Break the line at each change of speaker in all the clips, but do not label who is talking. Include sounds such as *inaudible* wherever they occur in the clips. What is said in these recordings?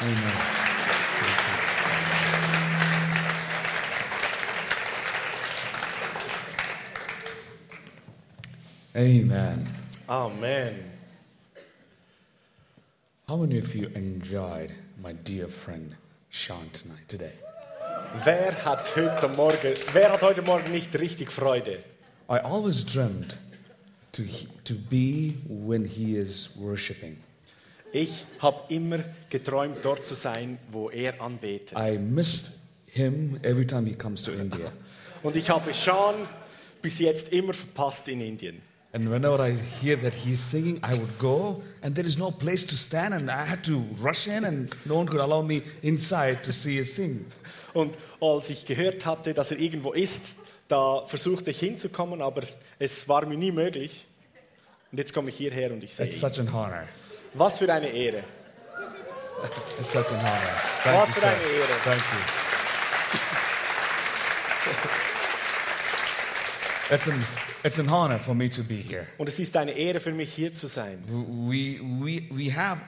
Amen. Amen.
Amen.
How many of you enjoyed my dear friend Sean tonight today?
Wer hat, heute Morgen, wer hat heute Morgen nicht richtig Freude?
I always dreamt to, he- to be when he is worshiping.
Ich habe immer geträumt, dort zu sein, wo er anbetet.
I missed him every time he comes to India.
Und ich habe Sean bis jetzt immer verpasst in Indien.
And whenever I hear that he's singing, I would go, and there is no place to stand, and I had to rush in, and no one could allow me inside to see his sing.
Und als ich gehört hatte, dass er irgendwo ist, da versuchte ich hinzukommen, aber es war mir nie möglich. Und jetzt komme ich hierher und ich sehe
It's
ihn.
such an honor.
Was für eine Ehre.
It's such an honor. Thank you,
Was für eine
sir.
Ehre.
Thank you. It's an, it's an honor for me to be here.
Und es ist eine Ehre für mich, hier zu sein.
We, we, we have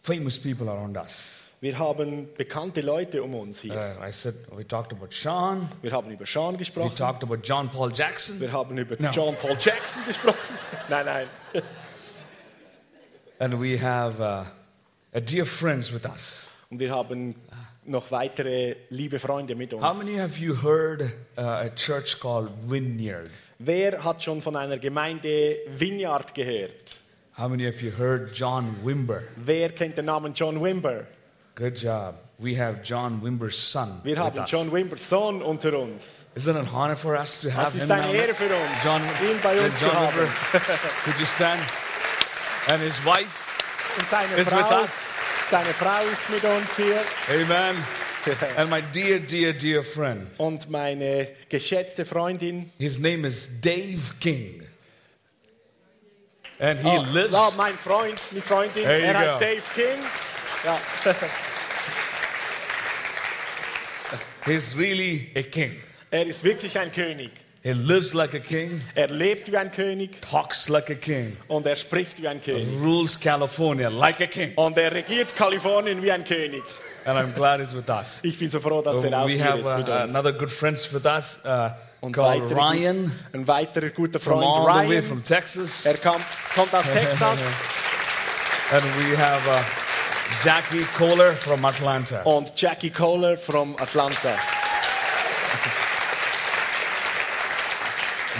famous people around us.
Wir haben bekannte Leute um uns hier.
Uh, I said, we talked about Sean,
Wir haben über Sean
we
gesprochen.
talked about John Paul Jackson.
Wir haben über
No.
John Paul Jackson gesprochen. *laughs* Nein, nein.
And we have uh, a dear friends with us.
Und wir haben noch weitere liebe Freunde mit
How
uns.
many of you heard uh, a church called Vineyard?
Wer hat schon von einer Gemeinde Vineyard gehört?
How many of you heard John Wimber?
Wer kennt den Namen John Wimber?
Good job. We have John Wimber's son
Wir
with
haben
us.
John Wimbers Sohn unter uns.
Isn't it an honor for us to have
Es ist
him in
eine
our
Ehre
midst?
für uns,
John,
ihn bei uns zu
John
haben.
Wimber, *laughs* could you stand? And his wife
Und seine
is with
Frau,
us.
seine Frau ist mit uns hier.
Amen. *laughs* And my dear, dear, dear friend,
Und meine geschätzte Freundin.
his name is Dave King. And he
Ah,
lives
ja, mein Freund, die Freundin.
There you
Er heißt
go.
Dave King. Ja.
He's really a king.
Er ist wirklich ein König.
He lives like a king,
Er lebt wie ein König
talks like a king,
und er spricht wie ein König.
rules California like a king.
Und er regiert Kalifornien wie ein König.
And I'm glad he's with us.
Ich bin so froh, dass er auch
We
hier
have
ist mit
uh,
uns.
another good friends with us uh,
Und
called
weitere-
Ryan
Ein weiterer guter
from
Freund,
all the way
Ryan.
from Texas.
Er kam, kommt aus
*laughs*
Texas.
And we have uh, Jackie Kohler from Atlanta.
Und Jackie Kohler from Atlanta.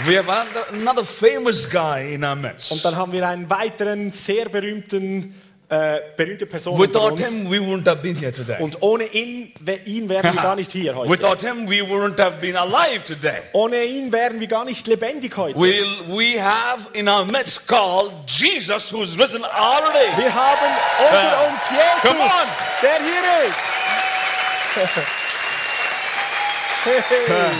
We have another, another famous guy in our midst.
Und dann haben wir einen weiteren sehr berühmten, äh, berühmte Person unter
Without
uns.
him, we wouldn't have been here today.
Und ohne ihn, wär- ihn wären
*laughs*
wir gar nicht hier heute.
Without him, we wouldn't have been alive today.
ohne ihn wären wir gar nicht lebendig heute.
We, we have in our midst called Jesus who's risen already.
wir haben unter
Ah.
uns Jesus,
Come on.
der hier ist. hey.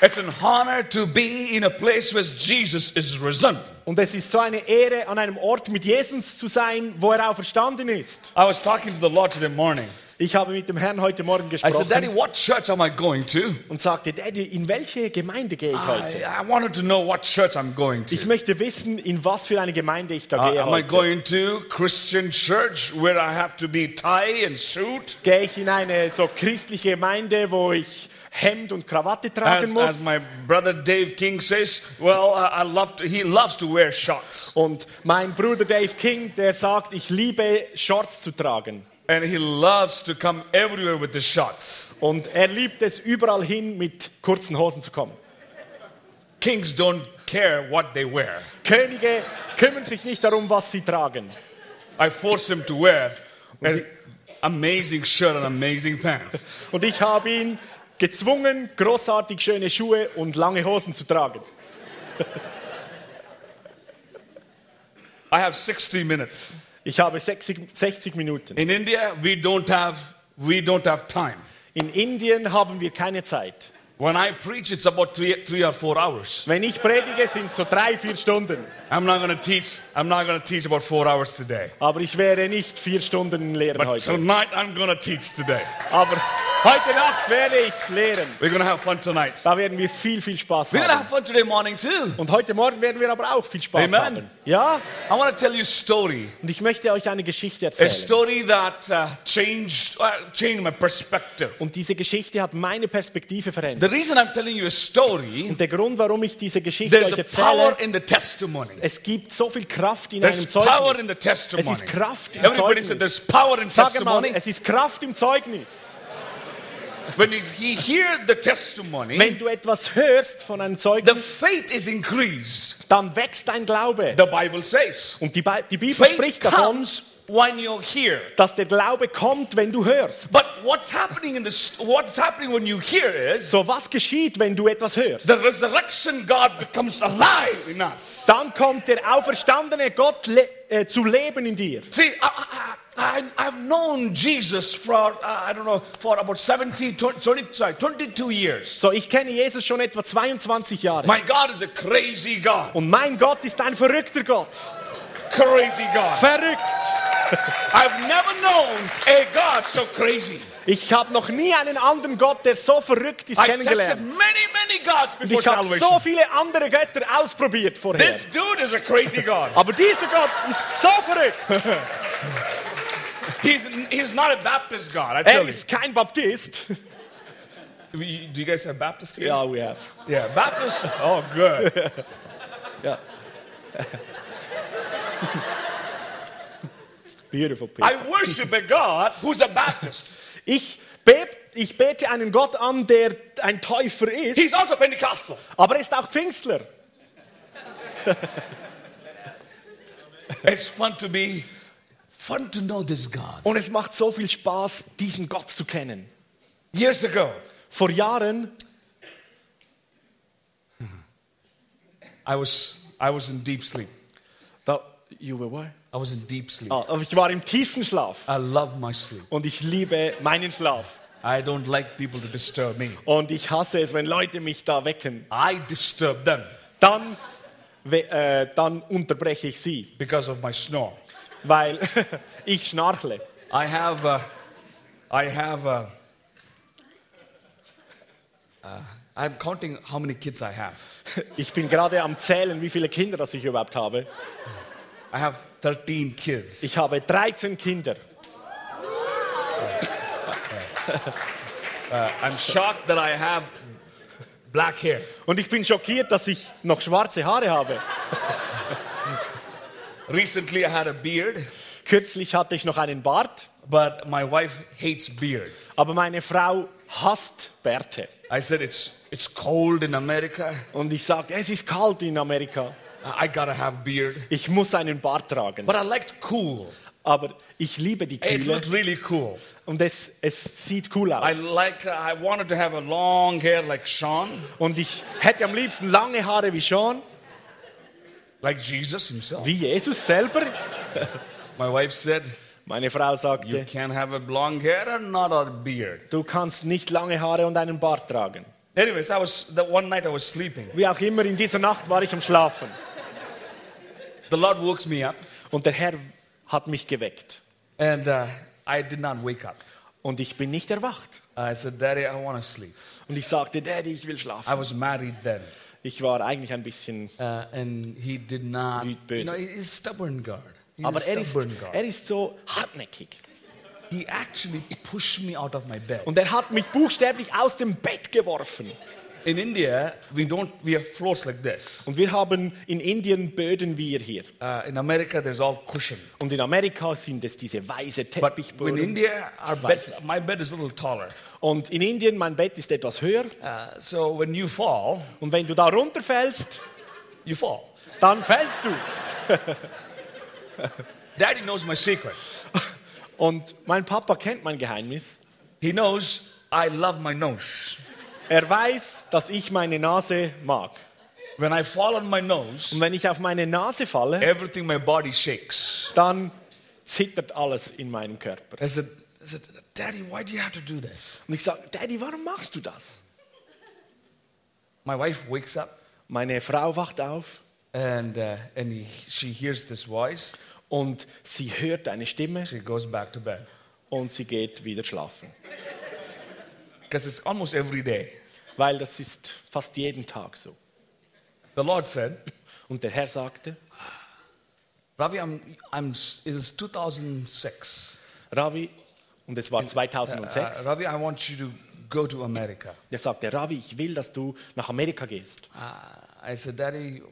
It's an honor to be in a place where Jesus is risen.
Und es ist so eine Ehre, an einem Ort mit Jesus zu sein, wo er auferstanden ist.
I was talking to the Lord today morning.
Ich habe mit dem Herrn heute Morgen
I said, Also, Daddy,
gesprochen
what church am I going to?
und sagte, Daddy, in welche Gemeinde gehe ich
I,
heute?
I wanted to know what church I'm going to.
Ich möchte wissen, in was für eine Gemeinde ich da
Uh,
gehe
am I
heute.
going to Christian church where I have to be tie and suit
Gehe ich in eine so christliche Gemeinde, wo ich Hemd und Krawatte tragen
as,
muss?
as my brother Dave King says? Well, I, I love to, he loves to wear shorts
und mein Bruder Dave King, der sagt, ich liebe Shorts zu tragen.
and he loves to come everywhere with the shorts.
Und er liebt es, überall hin mit kurzen Hosen zu kommen.
Kings don't care what they wear.
Könige kümmern sich nicht darum, was sie tragen.
I force him to wear an amazing shirt and amazing pants.
Und ich habe ihn gezwungen, großartig schöne Schuhe und lange Hosen zu tragen.
I have 60 minutes.
Ich habe 60, 60 Minuten.
In India, we don't have we don't have time.
In Indien haben wir keine Zeit.
When I preach, it's about three, three or four hours.
Wenn ich predige, sind es so drei, vier Stunden.
I'm not going to teach. I'm not going to teach about four hours today.
Aber ich wäre nicht vier Stunden in Lehren heute.
Tonight, I'm going to teach today.
Aber Heute Nacht werde ich lehren.
We're going to have fun tonight.
Da werden wir viel, viel Spaß
We're going to have fun
haben.
today morning too.
Und heute Morgen werden wir aber auch viel Spaß
Amen.
haben. Ja?
I want to tell you a story.
Und ich möchte euch eine Geschichte
A
erzählen.
story that uh, changed, uh, changed my perspective.
Und diese Geschichte hat meine Perspektive verändert.
The reason I'm telling you a story,
Und der Grund, warum ich diese Geschichte
there's
euch
a power
erzähle,
in the testimony.
es gibt so viel Kraft in
There's
einem
power in the
Zeugnis.
testimony.
Es ist Kraft im
Everybody said
Zeugnis.
there's power in
Sag mal,
testimony.
es ist Kraft im Zeugnis.
When you he- hear the testimony,
Wenn du etwas hörst von einem
the
Zeugnis,
faith is increased.
dann wächst dein Glaube.
The Bible says.
Und die, Bi- die Bibel
Faith
spricht davon,
comes when you hear.
dass der Glaube kommt, wenn du hörst.
But what's happening in this what's happening when you hear is
So, was geschieht, wenn du etwas hörst?
the resurrection God becomes alive in us.
Dann kommt der auferstandene Gott le äh, zu leben in dir.
See, I, I, I, I've known Jesus for, uh, I don't know, for about 17, 20, 20, sorry, 22 years.
So, ich kenne Jesus schon etwa 22 Jahre.
My God is a crazy God.
Und mein Gott ist ein verrückter Gott.
Crazy God.
Verrückt!
I've never known a God so crazy.
Ich habe noch nie einen anderen Gott, der so verrückt ist,
I tested
kennengelernt.
many, many gods
Und
before
ich habe
salvation.
so viele andere Götter ausprobiert vorher.
This dude is a crazy
*laughs*
God.
Aber dieser Gott ist so verrückt. *laughs*
He's, he's not a Baptist God, I
Er
tell
ist kein Baptist.
you. You- Do you guys have Baptists here?
Ja, we have.
Yeah, Baptist. Oh, good.
Ja. Beautiful
*laughs*
people.
I worship a God who's a Baptist.
Ich, beb, ich bete einen Gott an, der ein Täufer ist,
He's also Pentecostal.
aber er ist auch Pfingstler.
It's fun to be, fun to know this God.
Und es macht so viel Spaß, diesen Gott zu kennen.
Years ago,
Vor Jahren
I was, I was in deep sleep.
Da, you were what?
I was in deep sleep.
Ah, aber ich war im tiefen Schlaf
I love my sleep.
und ich liebe meinen Schlaf.
I don't like people to disturb me.
Und ich hasse es, wenn Leute mich da wecken.
I disturb them
Dann, we, äh, dann unterbreche ich sie,
because of my snore.
weil *laughs* ich schnarchle.
I have, uh, I have, uh, uh, I'm counting how many kids I have.
Ich bin gerade am Zählen, wie viele Kinder das ich überhaupt habe.
I have 13 kids.
*laughs* Ich habe 13 Kinder.
Uh, I'm shocked that I have black hair.
Und ich bin schockiert, dass ich noch schwarze Haare habe.
Recently, I had a beard,
Kürzlich hatte ich noch einen Bart,
but my wife hates beard.
aber meine Frau hasst Bärte.
I said, it's, it's cold in America.
Und ich sagte, es ist kalt in Amerika.
I I gotta have beard.
Ich muss einen Bart tragen.
But I liked cool.
Aber ich liebe die
It
Kühle
looked really cool.
und es, es sieht cool
I
aus.
liked, I wanted to have a long hair like Sean,
Und ich hätte am liebsten lange Haare wie Sean,
like Jesus himself.
wie Jesus selber.
My wife said,
Meine Frau
you
sagte,
can't have a blonde hair and not a beard.
du kannst nicht lange Haare und einen Bart tragen.
Anyways, I was, the one night I was sleeping.
Wie auch immer, in dieser Nacht war ich am Schlafen.
The Lord woke me up
Und der Herr hat mich geweckt.
and uh, I did not wake up.
Und ich bin nicht erwacht.
I said, Daddy, I wanna sleep.
Und ich sagte, Daddy, ich will
I
schlafen.
was married then,
Ich war eigentlich ein bisschen...
uh, and he did not.
Wie böse.
You know, he's stubborn guard. He's
Aber er
a
ist,
stubborn guard.
er ist so hartnäckig.
He actually pushed me out of my bed.
Und er hat mich buchstäblich aus dem Bett geworfen.
In India, we don't we have floors like this.
Und wir haben in Indien Böden wie ihr hier.
Uh, in America, there's all cushion.
Und in Amerika sind es diese weiße
But in
Teppichböden.
India, our beds, my bed is a little taller.
Und in Indien, mein Bett ist etwas höher.
Uh, so when you fall,
Und wenn du da runterfällst,
you fall.
dann fällst du.
Daddy knows my secret.
Und mein Papa kennt mein Geheimnis.
He knows I love my nose.
Er weiß, dass ich meine Nase mag.
When I fall on my
Und
nose,
wenn ich auf meine Nase falle,
everything my body shakes.
dann zittert alles in meinem Körper.
I said, I said, Daddy, why do you have to do this?
Und ich sage, Daddy, warum machst du das?
My wife wakes up
Meine Frau wacht auf
and, uh, and he, she hears this voice.
und sie hört eine Stimme
She goes back to bed.
und sie geht wieder schlafen.
because it's almost every day.
weil das ist fast jeden Tag so.
The Lord said,
Und der Herr sagte,
Ravi, I'm, I'm, it is 2006.
Ravi, und es war
Uh,
2006,
Ravi, I want you to go to America.
der sagte, Ravi, ich will, dass du nach Amerika gehst.
Uh, I said, Daddy,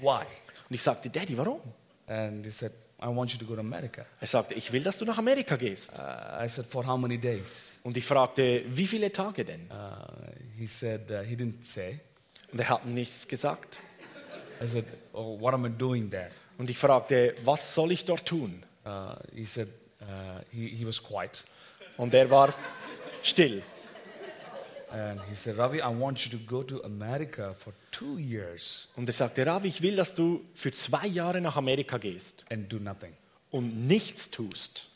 why?
Und ich sagte, Daddy, warum?
And he said, I want you to go to America.
Er sagte, ich will, dass du nach Amerika gehst.
Uh, I said, For how many days?
Und ich fragte, wie viele Tage denn?
Uh, he said, uh, He didn't say.
Und er hat nichts gesagt.
I said, Oh, what am I doing there?
Und ich fragte, was soll ich dort tun?
Uh, he said, uh, he, he was quiet.
Und er war still.
And he said, Ravi, I want you to go to America for two years
Und er sagte, Ravi, ich will, dass du für zwei Jahre nach Amerika gehst
and do nothing.
und nichts tust.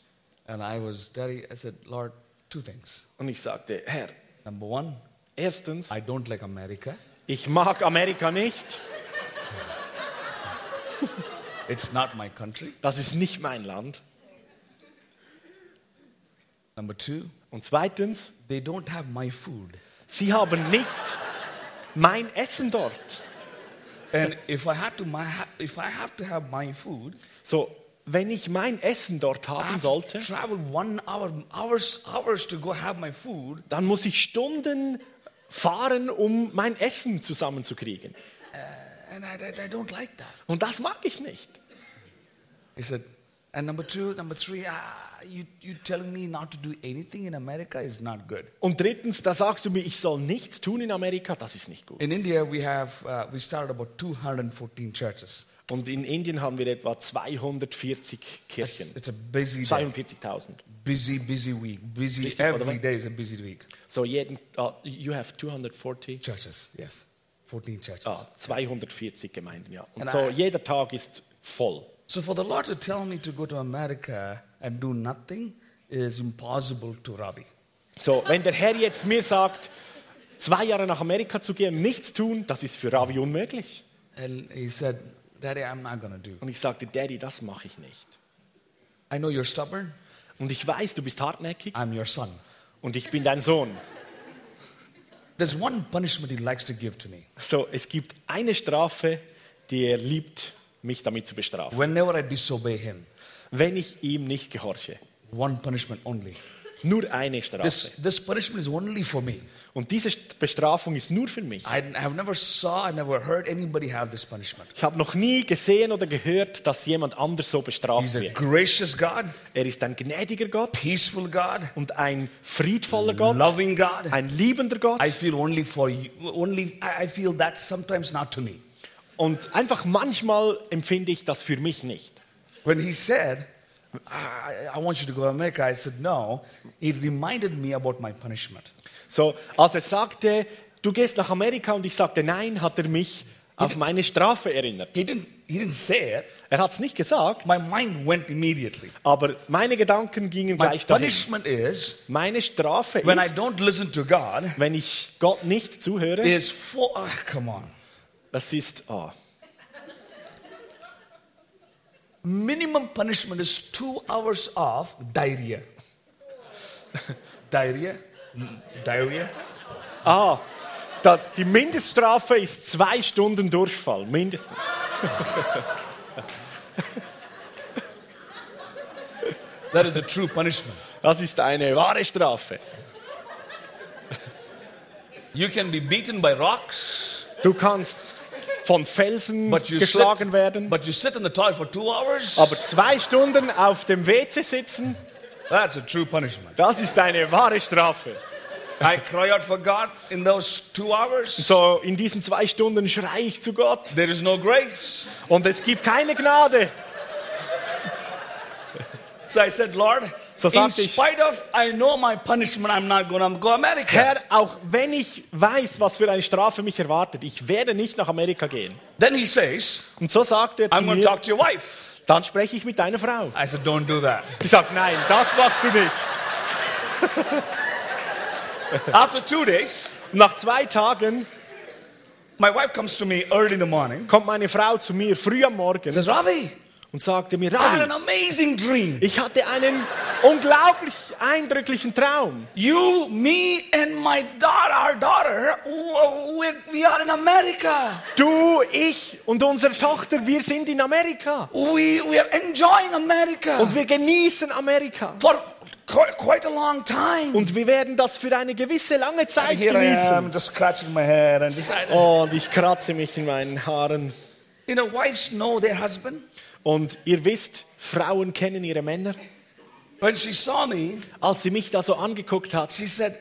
And I was, Daddy, I said, Lord, two things.
Und ich sagte, Herr,
Number one,
erstens,
I don't like America.
ich mag Amerika nicht.
It's not my country.
Das ist nicht mein Land.
Number two,
Und zweitens,
they don't have my food.
sie haben nicht mein Essen dort.
And if I had to, my ha- if I have to have my food,
So, wenn ich mein Essen dort
I
haben
have
sollte,
to travel one hour, hours, hours to go have my food.
dann muss ich Stunden fahren, um mein Essen zusammenzukriegen.
And I, I, I don't like that.
Und das mag ich nicht.
He said, and number two, number three, uh, you, you telling me not to do anything in America is not good.
Und drittens, da sagst du mir, ich soll nichts tun in Amerika, das ist nicht gut.
In India, we have, uh, we started about 214 churches.
Und in Indien haben wir etwa 240 Kirchen.
It's a busy day,
42.000.
busy, busy week. Busy,
Richtig, oder
every
was?
day is a busy week.
So jeden, ah, you have 240.
Churches, yes. 14 churches.
Ah, 240 Gemeinden, ja. Und
And
so
I-
jeder Tag ist voll.
So for the Lord to tell me to go to America and do nothing is impossible to Ravi.
So, wenn der Herr jetzt mir sagt, zwei Jahre nach Amerika zu gehen, nichts tun, das ist für Ravi unmöglich.
And he said, Daddy, I'm not going to do.
Und ich sagte, Daddy, das mache ich nicht.
I know you're stubborn.
Und ich weiß, du bist hartnäckig
I'm your son.
und ich bin dein Sohn.
There's one punishment he likes to give to me.
So, es gibt eine Strafe, die er liebt, mich damit zu bestrafen.
Whenever I disobey him,
Wenn ich ihm nicht gehorche.
one punishment only.
Nur eine Strafe.
This, this punishment is only for me.
Und diese St- Bestrafung ist nur für mich.
I have never saw, I never heard anybody have this punishment.
Ich habe noch nie gesehen oder gehört, dass jemand anders so bestraft
He's a
wird.
gracious God,
Er ist ein gnädiger Gott
peaceful God,
und ein friedvoller Gott,
loving God.
ein liebender Gott.
I feel only for you. Only I I feel that sometimes not to me.
Und einfach manchmal empfinde ich das für mich nicht.
When he said, I, "I want you to go to America," I said no. It reminded me about my punishment.
So, als er sagte, du gehst nach Amerika und ich sagte nein, hat er mich auf meine Strafe erinnert.
He didn't. He didn't say it.
Er hat es nicht gesagt,
My mind went immediately.
aber meine Gedanken gingen
My
gleich dahin.
punishment is
Meine Strafe
when I
ist,
don't listen to God.
wenn ich Gott nicht zuhöre,
Is for ah, come on.
das ist, ah,
Minimum punishment is two hours of diarrhea. *laughs* diarrhea, Mm, diarrhea.
ah da, die Mindeststrafe ist zwei Stunden Durchfall, mindestens.
That is the true punishment.
Das ist eine wahre Strafe.
You can be beaten by rocks,
Du kannst von Felsen
but you
geschlagen
sit,
werden.
but you sit in the toilet for two hours.
Aber zwei Stunden auf dem WC sitzen,
That's a true punishment.
das ist eine wahre Strafe.
I cry out for God in those two hours.
So, in diesen zwei Stunden schreie ich zu Gott
There is no grace.
und es gibt keine Gnade.
So I said, Lord,
So
in
sagte ich-
spite of I know my punishment, I'm not going to go America.
Herr, auch wenn ich weiß, was für eine Strafe mich erwartet, ich werde nicht nach Amerika gehen.
Then he says,
Und so sagt er zu
I'm going to
mir,
talk to your wife.
dann spreche ich mit deiner Frau.
I said, don't do that.
Ich sage, nein, das machst du nicht.
After two days,
Nach zwei Tagen
my wife comes to me early in the morning.
kommt meine Frau zu mir früh am Morgen
Says, Ravi,
und und sagte mir,
I had an
Ravi,
amazing dream.
ich hatte einen unglaublich eindrücklichen Traum.
You, me, and my daughter, our daughter, w- we, we are in America.
Du, ich und unsere Tochter, wir sind in Amerika.
We, we are enjoying
Und
America
wir genießen Amerika.
for qu- quite a long time.
Und wir werden das für eine gewisse lange Zeit genießen.
just scratching my head and just, I-
Und ich kratze mich in meinen Haaren.
you know, wives know their husband.
Und ihr wisst, Frauen kennen ihre Männer.
When she saw me,
Als sie mich da so angeguckt hat,
she said,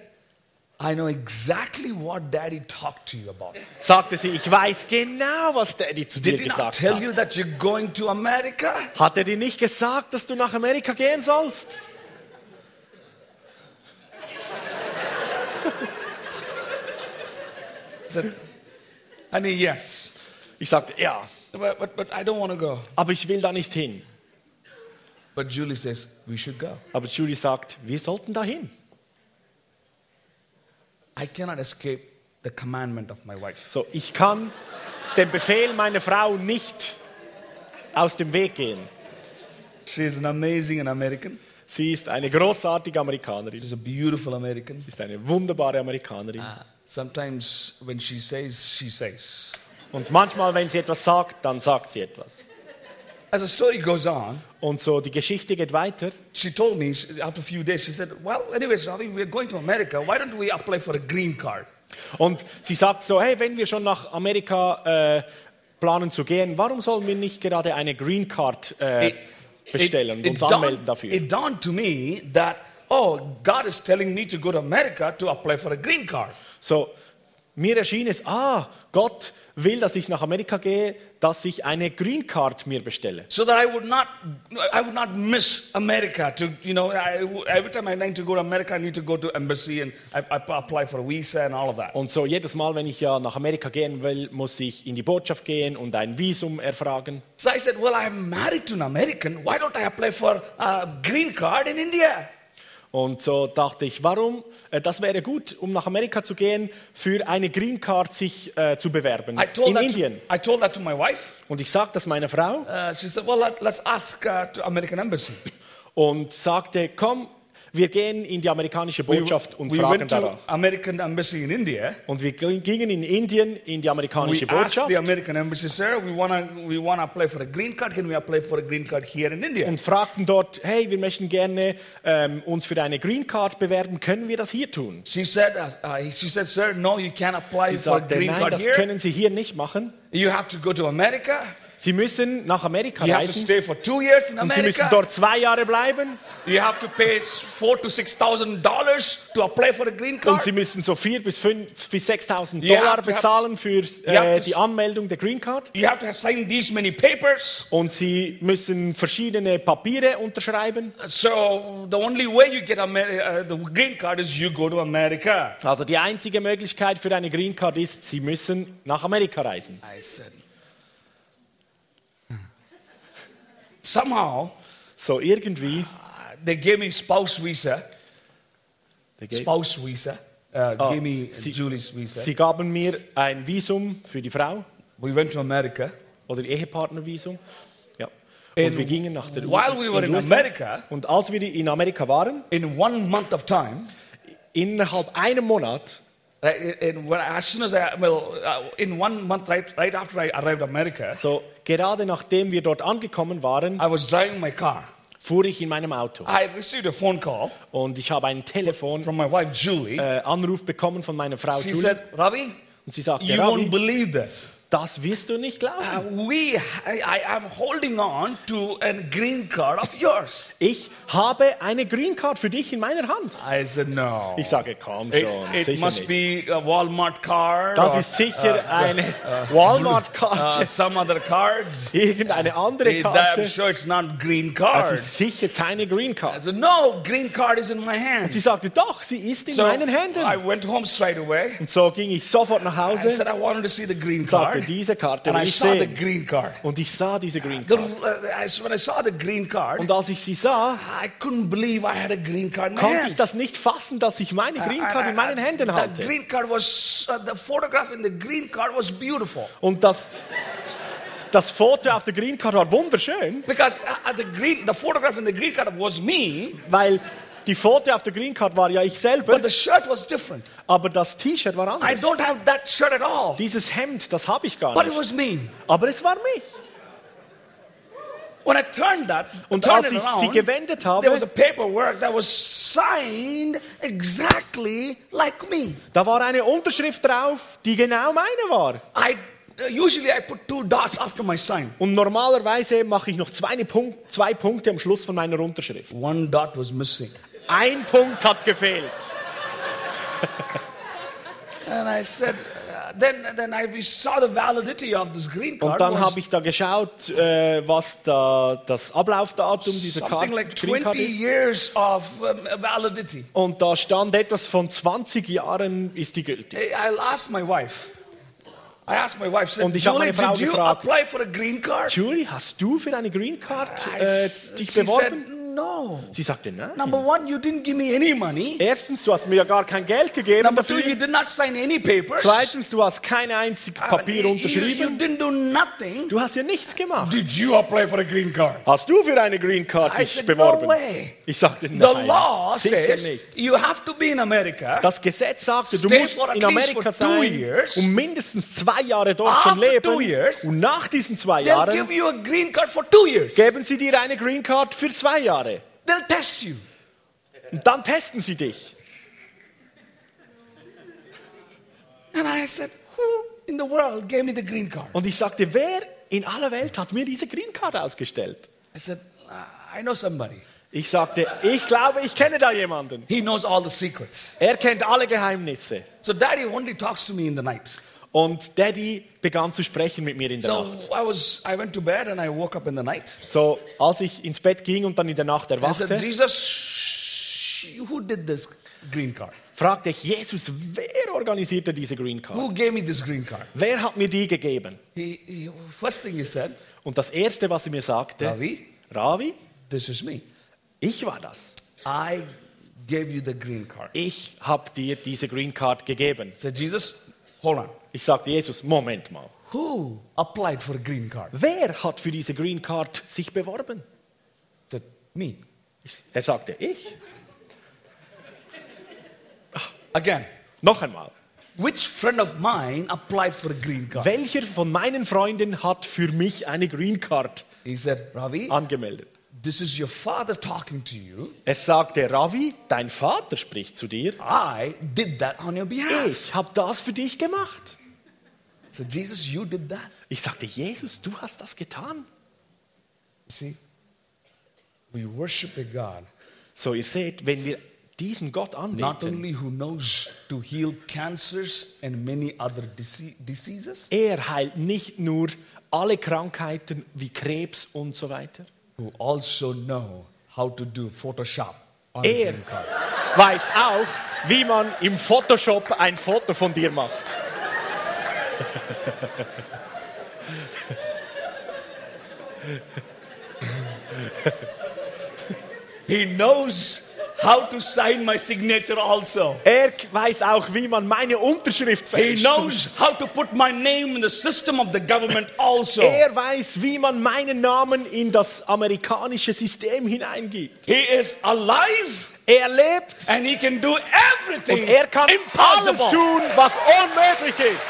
I know exactly what daddy talked to you about.
sagte sie, ich weiß genau, was Daddy zu dir
Did he not
gesagt
tell
hat.
you that you're going to America?
Hat er dir nicht gesagt, dass du nach Amerika gehen sollst?
I said, honey, yes.
Ich sagte, ja,
But, but, but I don't want to go.
aber ich will da nicht hin.
But Julie says, we should go.
Aber Julie sagt, wir sollten da hin.
I cannot escape the commandment of my wife.
So, ich kann dem Befehl meiner Frau nicht aus dem Weg gehen.
She is an amazing an American.
Sie ist eine großartige Amerikanerin.
She's a beautiful American.
Sie ist eine wunderbare Amerikanerin.
Uh, sometimes when she says, she says.
Und manchmal, wenn sie etwas sagt, dann sagt sie etwas.
As the story goes on,
Und so, die Geschichte geht weiter.
she told me she- after a few days, she said, Well, anyways, Ravi, we're going to America. Why don't we apply for a green card?
Und sie sagt so, hey, wenn wir schon nach Amerika äh, planen zu gehen, warum sollen wir nicht gerade eine Green Card äh, bestellen und uns anmelden
dawned,
dafür?
it dawned to me that, oh, God is telling me to go to America to apply for a green card.
So, mir erschien es, ah, Gott will, dass ich nach Amerika gehe, dass ich eine Green Card mir bestelle.
So that I would not, I would not miss America. To you know, I, every time I need to go to America, I need to go to embassy and I, I apply for a visa and all of that.
Und so jedes Mal, wenn ich ja nach Amerika gehen will, muss ich in die Botschaft gehen und ein Visum erfragen.
So I said, well, I'm married to an American. Why don't I apply for a green card in India?
Und so dachte ich, warum? Äh, Das wäre gut, um nach Amerika zu gehen, für eine Green Card sich äh, zu bewerben
I told
in
that
Indien.
To, I told that to my wife.
Und ich sagte das meiner Frau.
Uh, she said, well, let, us ask uh, to American embassy.
und sagte, komm, wir gehen in die amerikanische Botschaft und
we
fragen
went
danach.
to American embassy in India.
Und wir g- gingen in Indien in die
We
amerikanische
asked
Botschaft
the American embassy, sir, we want to we wanna apply for a green card. Can we apply for a green card here in India?
und fragten dort, hey, wir möchten gerne ähm, uns für eine Green Card bewerben, können wir das hier tun?
She said, uh, uh, she said, sir, no, you can't apply
Sie
for a
sagten,
green
nein,
card
das
here.
können Sie hier nicht machen.
You have to go to America.
Sie müssen nach Amerika
You have to
reisen
stay for two years in
und Sie müssen
America.
dort zwei Jahre bleiben
You have to pay s- four to six thousand dollars to apply for a green
und
card.
Sie müssen so 4.000 bis 5.000 bis 6.000
You have
Dollar
to have-
bezahlen für
have
äh,
to
die
s-
Anmeldung der Green Card
You have to have signed these many papers.
und Sie müssen verschiedene Papiere unterschreiben.
So the only way you get Amer- uh, the green card is you go to America.
Also die einzige Möglichkeit für eine Green Card ist, sie müssen nach Amerika reisen.
I said. "Hmm." Somehow
So irgendwie
uh, they gave me spouse visa. Spouse visa. Uh,
Oh,
gave me
see-
Julie's visa.
sie gaben mir ein Visum für die Frau
We went to America.
oder Ehepartnervisum. Ja.
And
Und wir gingen nach der U-
While we were
in
in
die USA.
America,
Und als wir in Amerika waren,
in one month of time,
innerhalb einem Monat,
right, and when, as soon as I, well, uh, in one month, right, right after I arrived in America,
so gerade nachdem wir dort angekommen waren,
I was driving my car.
fuhr ich in meinem Auto
I received a phone call
und ich habe ein Telefon
from my wife Julie.
äh, Anruf bekommen von meiner Frau
She
Julie
said, Ravi,
und sie sagte,
you won't
Ravi,
believe *laughs* this.
das wirst du nicht glauben.
Uh, we, I, I am holding on to a green card of yours.
Ich habe eine Green Card für dich in meiner Hand.
I said, no.
Ich sage, komm
It,
schon,
it
sicher
must
nicht.
be a Walmart card uh,
Das
or
ist sicher
*laughs*
eine Walmart-Karte,
uh, some other *laughs* cards.
irgendeine andere
uh, It- I'm
Karte.
sure it's not green
Das
card.
ist Also sicher keine Green
I
Card.
said, no, green card is in my hand.
Sie sagte, doch, sie ist in
So
meinen Händen.
I went home straight away.
Und so ging ich sofort nach
I
Hause,
said I wanted to see the green
sagte,
card.
diese Karte
And
will
I
ich
saw the
sehen.
green card.
Und ich sah diese Green
The,
Card.
uh, I, when I saw the green card,
Und als ich sie sah,
I couldn't believe I had a green card in my
konnte ich
hands.
das nicht fassen, dass ich meine Green
I-
Card
I-
in meinen
I-
Händen
that
halte.
green card was uh, the photograph in the green card was beautiful.
Und das, das Foto auf der Green Card war wunderschön,
Because uh, uh, the, green, the photograph in the green card was me,
weil die Foto auf der Green Card war ja ich selber,
but the shirt was different.
aber das T-Shirt war
I
anders.
don't have that shirt at all.
Dieses Hemd, das habe ich gar
But it
nicht.
was me.
Aber es war mich.
When I turned that,
Und
turned
als
it
ich sie
around,
gewendet
there was
habe,
a paperwork that was signed exactly like me.
da war eine Unterschrift drauf, die genau meine war.
I uh, usually I put two dots after my sign.
Und normalerweise mache ich noch zwei, Punkt, zwei Punkte am Schluss von meiner Unterschrift.
One dot was missing.
Ein Punkt hat gefehlt.
And I said, uh, then, then I, we saw the validity of this green
Und
card
dann
was
habe ich da geschaut, äh, was da das Ablaufdatum dieser Karte,
something like
Green Card
20
ist.
years of um, validity.
Und da stand etwas von 20 Jahren ist die gültig.
I I asked my wife. I asked my wife, said,
Und ich habe
Julie,
meine Frau
did you
gefragt.
apply for a green card?
Julie, hast du für eine Green Card
I
äh,
s-
dich
she
beworben?
Ah, said, no.
Sie sagte, nein.
Number one, you didn't give me any money.
Erstens, du hast mir ja gar kein Geld gegeben
Number two, you
dafür.
did not sign any papers.
Zweitens, du hast kein einziges
Uh,
Papier
you- You, you
unterschrieben.
didn't do nothing.
Du hast ja nichts gemacht.
Did you apply for a green card?
Hast du für eine Green Card
I
dich
said, no
beworben?
way.
Ich sagte,
The
nein,
law
sicher
says
nicht.
you have to be in America
Das Gesetz sagte, du
Stay
musst
for at
in
least
Amerika
for two
sein
years.
und mindestens zwei Jahre dort schon
After
leben.
two years,
Und nach diesen zwei
They'll
Jahren
give you a green card for two years.
geben sie dir eine Green Card für zwei Jahre.
They'll test you.
Und dann testen sie dich.
And I said, Who in the world gave me the green card?
Und ich sagte, wer in aller Welt hat mir diese Green Card ausgestellt?
I said, "Uh, I know somebody.
Ich sagte, ich glaube, ich kenne da jemanden.
He knows all the secrets.
Er kennt alle Geheimnisse.
So daddy only talks to me in the night.
Und Daddy begann zu sprechen mit mir in der Nacht.
So I was I went to bed and I woke up in the night.
So, als ich ins Bett ging und dann in der Nacht
I said,
erwachte,
Jesus, who did this green card?
fragte ich Jesus, wer organisierte diese Green Card?
Who gave me this green card?
Wer hat mir die gegeben?
He, he first thing he said,
Und das Erste, was er mir sagte,
Ravi,
Ravi,
this is me.
ich war das.
I gave you the green card.
Ich habe dir diese Green Card gegeben.
I said, Jesus, hold on.
Ich sagte Jesus, Moment mal.
Who applied for green card? I
Wer hat für diese Green Card sich beworben?
said, me.
Ich- Er sagte, ich.
Again,
Noch einmal.
which friend of mine applied for green card?
Welcher von meinen Freunden hat für mich eine Green Card
He said, Ravi,
angemeldet?
this is your father talking to you.
Er sagte, Ravi, dein Vater spricht zu dir.
I did that on your behalf.
Ich habe das für dich gemacht.
So Jesus, you did that.
Ich sagte, Jesus, du hast das getan.
See, we worship a God
So, ihr seht, wenn wir diesen Gott
not
anbeten,
only who knows to heal cancers and many other dise- diseases,
Er heilt nicht nur alle Krankheiten wie Krebs und so weiter.
who also know how to do Photoshop on a
Er
green card.
weiß auch, wie man im Photoshop ein Foto von dir macht.
He knows how to sign my signature also.
Er weiß auch, wie man meine Unterschrift
He
fälscht.
knows how to put my name in the system of the government also.
Er weiß, wie man meinen Namen in das amerikanische System hineingibt.
He is alive
Er lebt
and he can do
und
everything
er kann alles
impossible.
tun, was unmöglich ist.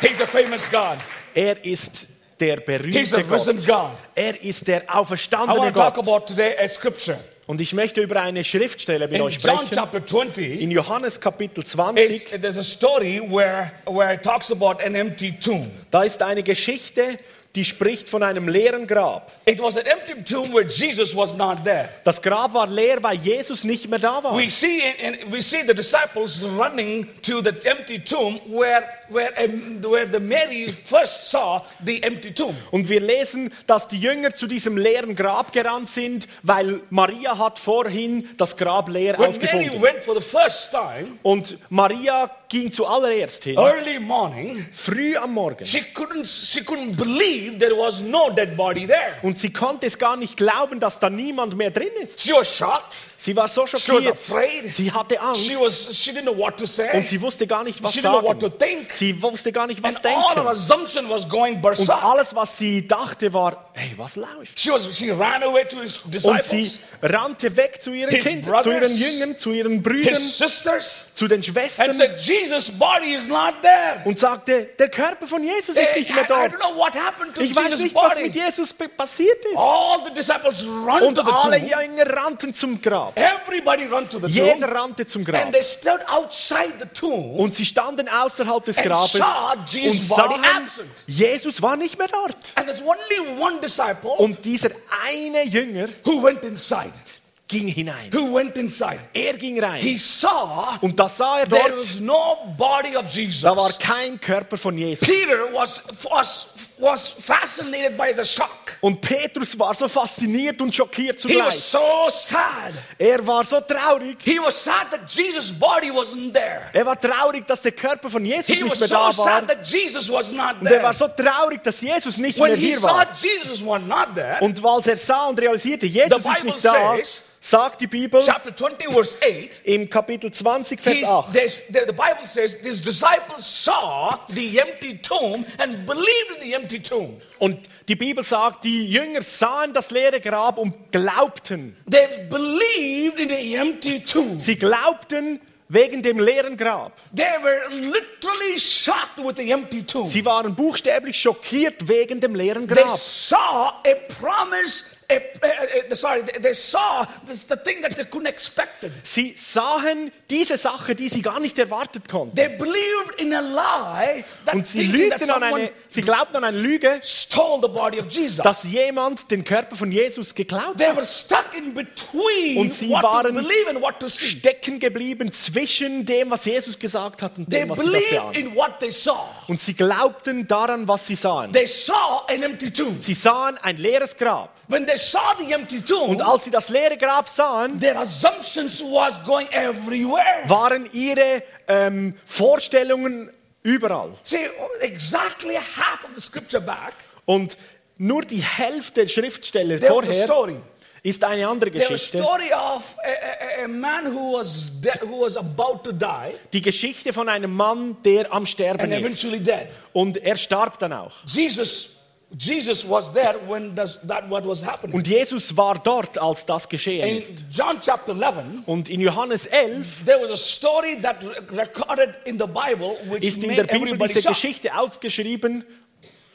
He's a famous God.
Er ist der
He's a
berühmte
risen
Gott.
God.
Er ist der
I
auferstandene
want to talk
Gott.
about today a scripture.
Und ich möchte über eine Schriftstelle mit
In
euch
John
sprechen.
chapter 20,
In Johannes Kapitel
it's-
20,
there's a story where, where it talks about an empty tomb.
da ist eine Geschichte, die spricht von einem leeren Grab.
It was an empty tomb where Jesus was not there.
Das Grab war leer, weil Jesus nicht mehr da war.
We see, and we see the disciples running to the empty tomb where, where, um, where the Mary first saw the empty tomb.
Und wir lesen, dass die Jünger zu diesem leeren Grab gerannt sind, weil Maria hat vorhin das Grab leer
When Mary
aufgefunden.
went for the first time,
Und Maria ging zuallererst hin,
early morning,
früh am Morgen.
she couldn't, she couldn't believe believe there was no dead body there.
Und sie konnte es gar nicht glauben, dass da niemand mehr drin ist.
She was shocked.
Sie war so
She was
schockiert.
afraid.
Sie hatte Angst
She was. She didn't know what to say.
und sie wusste gar nicht, was
She didn't know what to
sagen.
think.
Sie wusste gar nicht, was
And all her
denken.
assumption was going
Und
berserk.
alles, was sie dachte, war, hey, was läuft?
She was. She ran away to his
Und sie
disciples,
rannte weg zu ihren
His
Kindern, zu ihren
brothers,
Jüngern, zu ihren Brüdern,
his sisters,
zu den
and
Schwestern
said, "Jesus' body is not there."
und sagte, der Körper von Jesus ist
I,
nicht mehr
I
dort.
don't know what happened to
Ich weiß
Jesus'
nicht, was
body.
mit Jesus pe- passiert ist.
All the disciples run
Und
to the
alle
tomb.
Jünger rannten zum Grab.
Everybody run to the tomb.
Jeder rannte zum
And
Grab.
they stood outside the tomb.
Und sie standen außerhalb des
And
Grabes
saw
und
Jesus' body
sahen,
absent.
Jesus war nicht mehr dort.
And there's only one disciple
Und dieser eine Jünger
who went inside.
ging hinein.
Who went inside.
Er ging rein.
He saw
Und das sah er
there
dort.
was no body of Jesus.
Da war kein Körper von Jesus.
Peter was, was, was fascinated by the shock.
Und Petrus war so fasziniert und schockiert
He was so
zugleich.
sad.
Er war so traurig.
He was sad that Jesus' body wasn't there.
Er war traurig, dass der Körper von Jesus
He
nicht
was
mehr
so
da war.
sad that Jesus was not
Und er
there.
war so traurig, dass Jesus nicht mehr
When he
hier
saw
war.
Jesus was not there,
Und als er sah und realisierte, Jesus
The
ist
Bible
nicht da,
says-
sagt die Bibel
chapter 20, verse 8,
im Kapitel 20, Vers
His-
8.
this- the, the Bible says his disciples saw the empty tomb and believed in the empty tomb.
Und die Bibel sagt, die Jünger sahen das leere Grab und glaubten.
They believed in the empty tomb.
Sie glaubten wegen dem leeren Grab.
They were literally shocked with the empty tomb.
Sie waren buchstäblich schockiert wegen dem leeren
they
Grab.
saw a promise. A, a- a- sorry, they, they saw this, the thing that they couldn't expect. it.
Sie sahen diese Sache, die sie gar nicht erwartet konnten.
They believed in a lie that,
Und sie
thinking that
lügten an
someone
eine, sie glaubten an eine Lüge,
stole the body of Jesus.
dass jemand den Körper von Jesus geklaut
they
hat.
were stuck in between
Und sie
what
waren
to believe and what to see.
Stecken geblieben zwischen dem, was Jesus gesagt hat und
They
dem, was sie da
believed
sahen.
in what they saw.
Und sie glaubten daran, was sie sahen.
They saw an empty tomb.
Sie sahen ein leeres Grab.
When they saw the empty tomb,
Und als sie das leere Grab sahen,
their assumptions was going everywhere.
waren ihre ähm, Vorstellungen überall.
See, exactly half of the scripture back,
Und nur die Hälfte der Schriftsteller
there was a
vorher
story.
ist eine andere
There was a
Geschichte.
story of a, a- a, a man who was de- who was about to die
Die Geschichte von einem Mann, der am Sterben
and
ist.
eventually dead.
Und er starb dann auch.
Jesus, Jesus was there when does that what was happening.
Und Jesus war dort, als das geschehen
In
ist.
John chapter 11,
Und in Johannes 11
there was a story that re- recorded in the Bible which
ist in
made
der Bibel
everybody
diese
shocked.
Geschichte aufgeschrieben,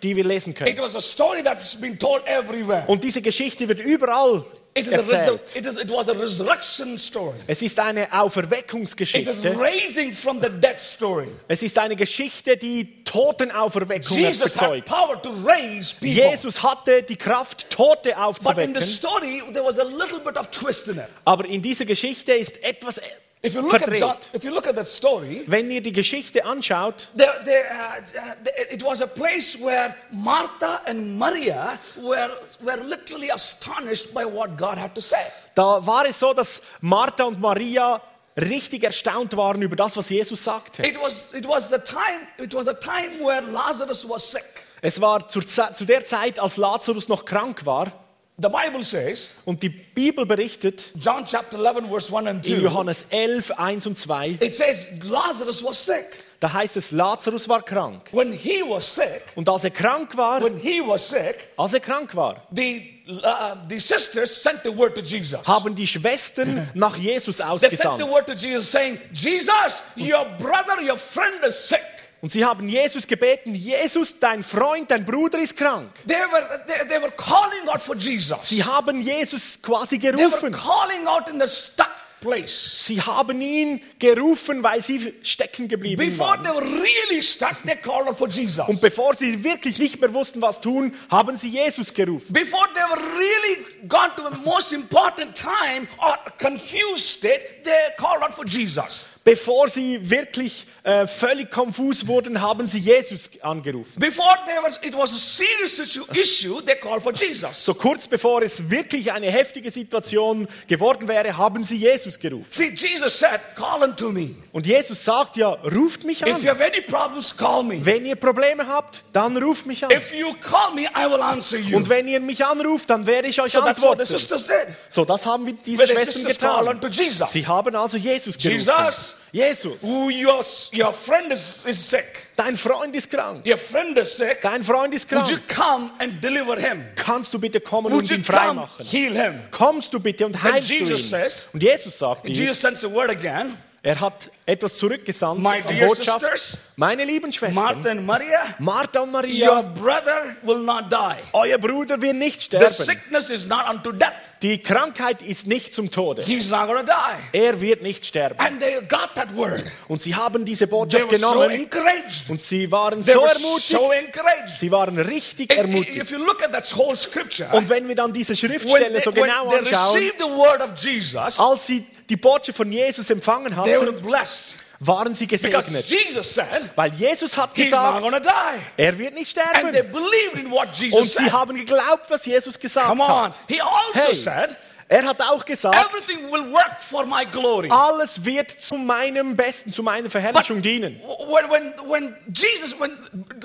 die wir lesen
It
können.
was a story that's been told everywhere.
Und diese Geschichte wird überall
It, is a resur-
erzählt.
it, is, it was a resurrection story.
Es ist eine
It is
Auferweckungsgeschichte.
raising from the dead story.
Es ist eine Geschichte, die Totenauferweckung
Jesus had
bezeugt.
power to raise people.
Jesus hatte die Kraft, Tote
But in the
aufzuwecken.
story, there was a little bit of twist in it.
Aber in dieser Geschichte ist etwas äh,
If you look, at, John,
verdreht.
if you look at that story,
Wenn ihr die Geschichte anschaut,
there, there, uh, uh, there- it was a place where Martha and Maria were, were literally astonished by what God had to say.
da war es so, dass Martha und Maria richtig erstaunt waren über das, was Jesus sagte.
It was, it was, the, time, it was a time where Lazarus was sick.
Es war zur Ze- zu der Zeit, als Lazarus noch krank war.
The Bible says,
Und die Bibel berichtet
John chapter 11, verse 1 and
in
2.
Johannes 11, 1 und 2,
It says Lazarus was sick.
da heißt es, Lazarus war krank.
When he was sick,
Und als er krank war,
when he was sick,
als er krank war,
the, uh, the sisters sent the word to Jesus.
haben die
*laughs*
Schwestern nach Jesus
They sent
ausgesandt.
the word to Jesus saying, Jesus, your brother, your friend is sick.
Und sie haben Jesus gebeten, Jesus, dein Freund, dein Bruder ist krank.
They were, they, they were calling out for Jesus.
Sie haben Jesus quasi
They were
gerufen.
calling out in the stuck place.
Sie haben ihn gerufen, weil sie stecken geblieben
Before
waren.
they were really stuck, they called out for
Und
Jesus.
bevor sie wirklich nicht mehr wussten, was tun, haben sie Jesus gerufen.
Before they were really gone to the most important time or confused state, they called out for Jesus.
Bevor sie wirklich äh, völlig konfus wurden, haben sie Jesus angerufen.
Before there was, it was a serious issue, issue they called for Jesus.
So kurz bevor es wirklich eine heftige Situation geworden wäre, haben sie Jesus gerufen.
See, Jesus said, call unto me.
Und Jesus sagt ja, ruft mich
If you
an.
have any problems, call me.
Wenn ihr Probleme habt, dann ruft mich an.
If you call me, I will answer you.
Und wenn ihr mich anruft, dann werde ich euch
So that's what the
antworten.
sisters did.
So, das haben wir
The
diese Schwestern
sisters called
getan.
unto Jesus.
Sie haben also Jesus gerufen.
Jesus.
Jesus,
Who your, your friend is, is sick.
dein Freund ist krank.
Your friend is sick.
Dein Freund ist
Would you
krank.
come and deliver him?
Kannst du bitte kommen
Would
und
you
ihn frei
come
machen?
heal him?
Kommst du bitte und heilst du
Jesus
ihn?
says-
Und Jesus sagt ihm,
Jesus sends a word again.
er hat etwas zurückgesandt
My
an
dear
Botschaft.
sisters,
Meine lieben
Martha
Schwestern,
and Maria,
Martha und
your
Maria,
brother will not die.
euer Bruder wird nicht
The
sterben.
sickness is not unto death.
Die Krankheit ist nicht zum Tode.
He's not going to die.
Er wird nicht sterben.
And they got that word.
Und sie haben diese
They
Botschaft
were so
genommen
encouraged.
und sie waren
They
so
were
ermutigt.
so encouraged.
Sie waren richtig
If-
ermutigt.
If you look at that whole scripture,
Und wenn wir dann diese Schriftstelle so
Äh? when
genau
they
anschauen,
received the word of Jesus,
als sie die Botschaft von Jesus empfangen
they were
haben,
blessed
waren sie
because
gesegnet.
Jesus said,
Weil Jesus hat
He's not
gesagt,
going to die.
er wird nicht
And they
sterben.
believed in what
Und
Jesus
sie
said.
haben geglaubt, was Jesus gesagt
Come on.
hat.
He also
Hey.
said,
Er hat auch gesagt,
everything will work for my glory.
alles wird zu meinem Besten, zu meiner Verherrlichung dienen.
When, when, when Jesus, when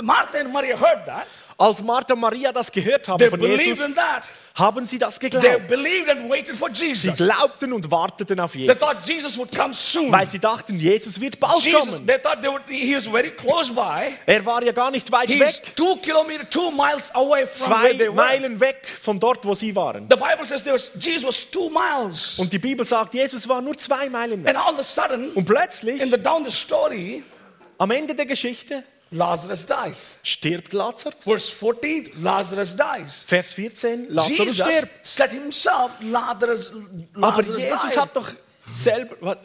Martha and Maria heard that,
Als Martha und Maria das gehört
they
haben von
believed
Jesus,
in that.
haben sie das
They
geglaubt.
believed and waited for
Sie
Jesus.
glaubten und warteten auf
They
Jesus,
thought Jesus would come soon.
weil sie dachten, Jesus wird bald
Jesus,
kommen.
they thought they would, he was very close by.
Er war ja gar nicht weit
He's
weg,
two kilometers, two miles away from where they
zwei
were.
Meilen weg von dort, wo sie waren.
The Bible says there was, Jesus was two miles.
Und die Bibel sagt, Jesus war nur zwei Meilen weg.
And all of a sudden,
Und plötzlich,
in the down the story,
am Ende der Geschichte,
Lazarus dies.
stirbt Lazarus.
Verse 14, Lazarus dies.
Vers 14, Lazarus
Jesus
stirbt.
said himself, Lazarus,
Aber
Lazarus
Jesus
died.
hat doch selber... Was?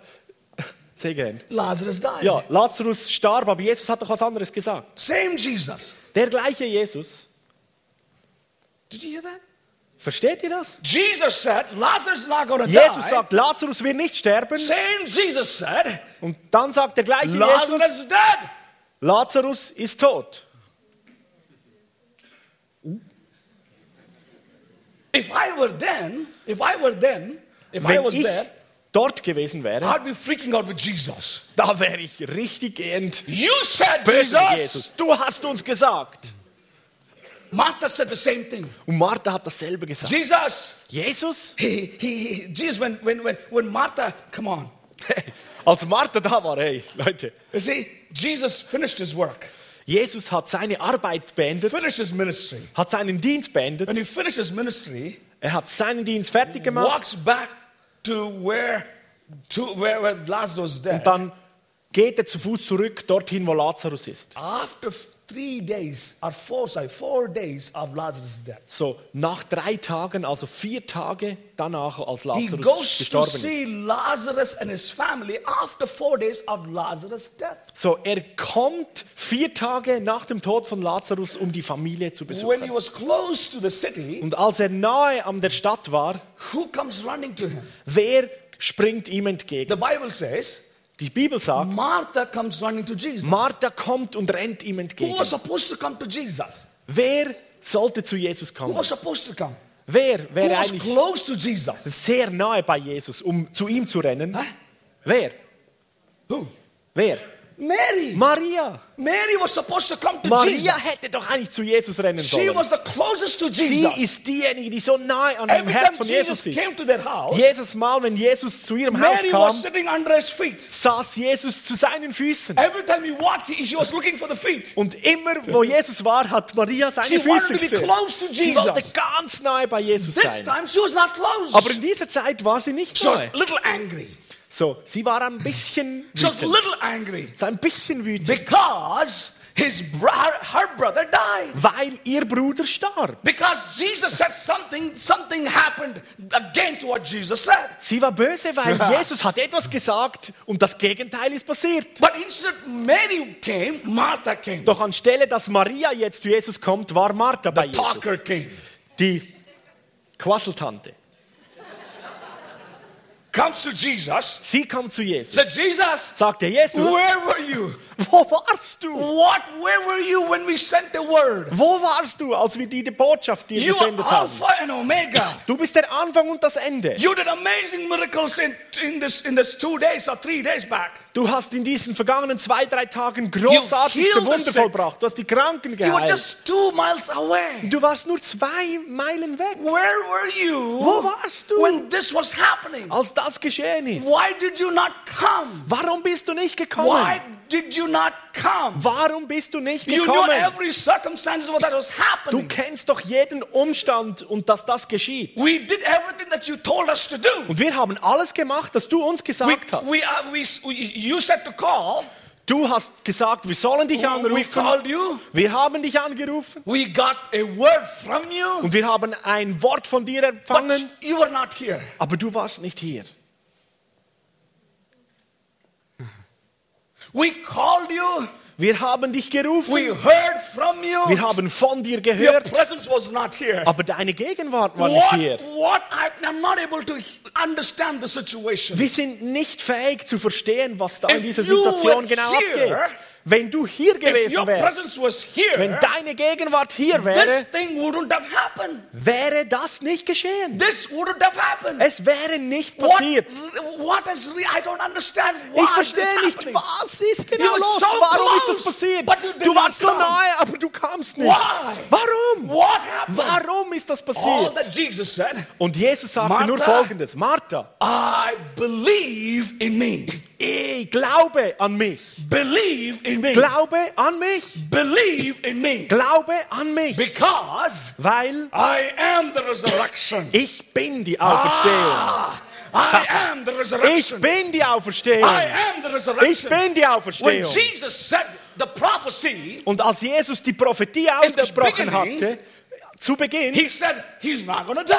Sehr gern.
Lazarus died.
Ja, Lazarus starb, aber Jesus hat doch was anderes gesagt.
Same Jesus.
Der gleiche Jesus.
Did you hear that?
Versteht ihr das?
Jesus said, Lazarus is not going to die.
Jesus sagt, Lazarus wird nicht sterben.
Same Jesus said,
Und dann sagt der gleiche Jesus,
Lazarus is dead.
Lazarus ist tot.
If I were then, if I were then, if I
Wenn
was Ah.
ich
there,
dort gewesen wäre,
I'd be freaking out with Jesus.
da wäre ich richtig gehend
You said,
böse mit
Jesus.
Jesus. Du hast uns gesagt.
Martha said the same thing.
Und Martha hat dasselbe gesagt.
Jesus,
Jesus?
he, he, he Jesus, when, when, when, when Martha, come on.
Als Martha da war, hey, Leute.
You see, Jesus finished his work,
Jesus hat seine Arbeit beendet,
finished his ministry.
hat seinen Dienst
When
beendet.
he finished his ministry,
Er hat seinen Dienst fertig gemacht.
walks back to where, to where, where Lazarus was dead.
Dann geht er zu Fuß zurück, dorthin, wo Lazarus ist.
After three days, or four, sorry, four days of Lazarus' death,
So, nach drei Tagen, also vier Tage danach, als
he
Lazarus
goes to
gestorben ist.
see Lazarus and his family after four days of Lazarus' death.
So, er kommt vier Tage nach dem Tod von Lazarus, um die Familie zu
When he
besuchen.
was close to the city,
Und als er nahe an der Stadt war,
who comes running to him?
wer springt ihm entgegen?
The Bible says
Die Bibel sagt,
Martha comes running to Jesus.
Martha kommt und rennt ihm
Who
entgegen.
was supposed to come to Jesus?
Wer sollte zu Jesus
Who
kommen?
was supposed to come?
Wer
Who
wäre
was
eigentlich
close to Jesus?
sehr nahe bei Jesus, um zu ihm zu rennen?
Huh?
Wer?
Who?
Wer?
Mary.
Maria.
Mary was supposed to come to
Maria
Jesus.
hätte doch eigentlich zu Jesus rennen
She
sollen.
was the closest to
Sie
Jesus.
ist diejenige, die so nahe an dem
Every
Herz
time
von
Jesus
Jesus ist.
came to their house,
Jedes Mal, wenn Jesus zu ihrem Haus
Mary was
kam,
sitting under his feet.
saß Jesus zu seinen Füßen.
Every time he walked, he- she was looking for the feet.
Und immer, wo Jesus war, hat Maria
She
seine
wanted to
Füße
be
gesehen.
close to
Sie wollte
Jesus.
ganz nahe bei Jesus
This
sein.
time she was not close.
Aber in dieser Zeit war sie nicht
She was
nahe.
a little angry.
So, sie war ein bisschen
She was a
wütend.
little angry
So ein bisschen wütend,
because his bro- her, her brother died.
weil ihr Bruder starb.
Because Jesus said something, something happened against what Jesus said.
Sie war böse, weil Jesus hat etwas gesagt und das Gegenteil ist passiert.
But instead, Mary came, Martha came,
Doch anstelle, dass Maria jetzt zu Jesus kommt, war Martha bei
Parker
Jesus.
came.
Die Quasseltante.
comes to Jesus,
Sie kam zu Jesus,
said, Jesus,
sagte Jesus,
where were you?
wo warst du?
What, where were you when we sent the word?
Wo warst du, als wir die, die Botschaft dir
You are
gesendet haben?
Alpha and Omega.
Du bist der Anfang und das Ende.
You did amazing miracles in, in, this, in this two days or three days back.
Du hast in diesen vergangenen zwei, drei Tagen großartigste
healed the
Wunder
sick.
vollbracht. Du hast die Kranken
You were
geheilt.
just two miles away.
Du warst nur zwei Meilen weg,
Where were you
Wo warst du?
when this was happening?
als das geschehen ist.
Why did you not come?
Warum bist du nicht
Why
gekommen?
did you not come?
Warum bist du nicht
You knew
gekommen?
every circumstance of that was
Du
happening.
kennst doch jeden Umstand und dass das geschieht.
We did everything that you told us to do.
Und wir haben alles gemacht, das du uns
We,
gesagt hast.
we, uh, we, we, you said to call.
Du hast gesagt, wir sollen dich
We
anrufen.
called you.
Wir haben dich angerufen
We got a word from you.
und wir haben ein Wort von dir
But
empfangen,
you were not here.
aber du warst nicht hier.
We called you.
Wir haben dich
We
gerufen.
heard from
Wir
you.
haben von dir
Your
gehört,
presence was not here.
aber deine Gegenwart war nicht
What,
hier.
what I, I'm not able to understand the situation.
Wir sind nicht fähig zu verstehen, was da in
If
dieser
you
Situation
were
genau
here,
abgeht. Wenn du hier
If
gewesen
your
wärst,
presence was
wenn
here,
deine Gegenwart hier
this
wäre,
thing wouldn't have happened.
wäre das nicht geschehen.
This wouldn't have happened.
Es wäre nicht
What,
passiert.
what is re- I don't understand why
Ich
this
verstehe nicht,
happening.
was ist
You
genau
were
los?
so
Warum ist
close,
das passiert?
but you did
Du
not
warst so
come.
nahe, aber du kamst nicht.
Why?
Warum?
What happened?
Warum ist das
All
passiert?
that Jesus said,
Und Jesus sagte nur
Martha.
Folgendes. Martha,
I believe in me.
ich glaube an mich.
Believe in me.
Glaube an mich.
Believe in me.
Glaube an mich.
Because
Weil
I am the
*laughs*
resurrection.
ich bin die Auferstehung.
Ah, I am the
Ich
resurrection.
bin die Auferstehung.
I am the
Ich
resurrection.
bin die
Ah, When
Auferstehung.
Jesus said the prophecy,
Und als Jesus die Prophetie
the
ausgesprochen
beginning,
hatte, zu Beginn,
he said he's not going to die.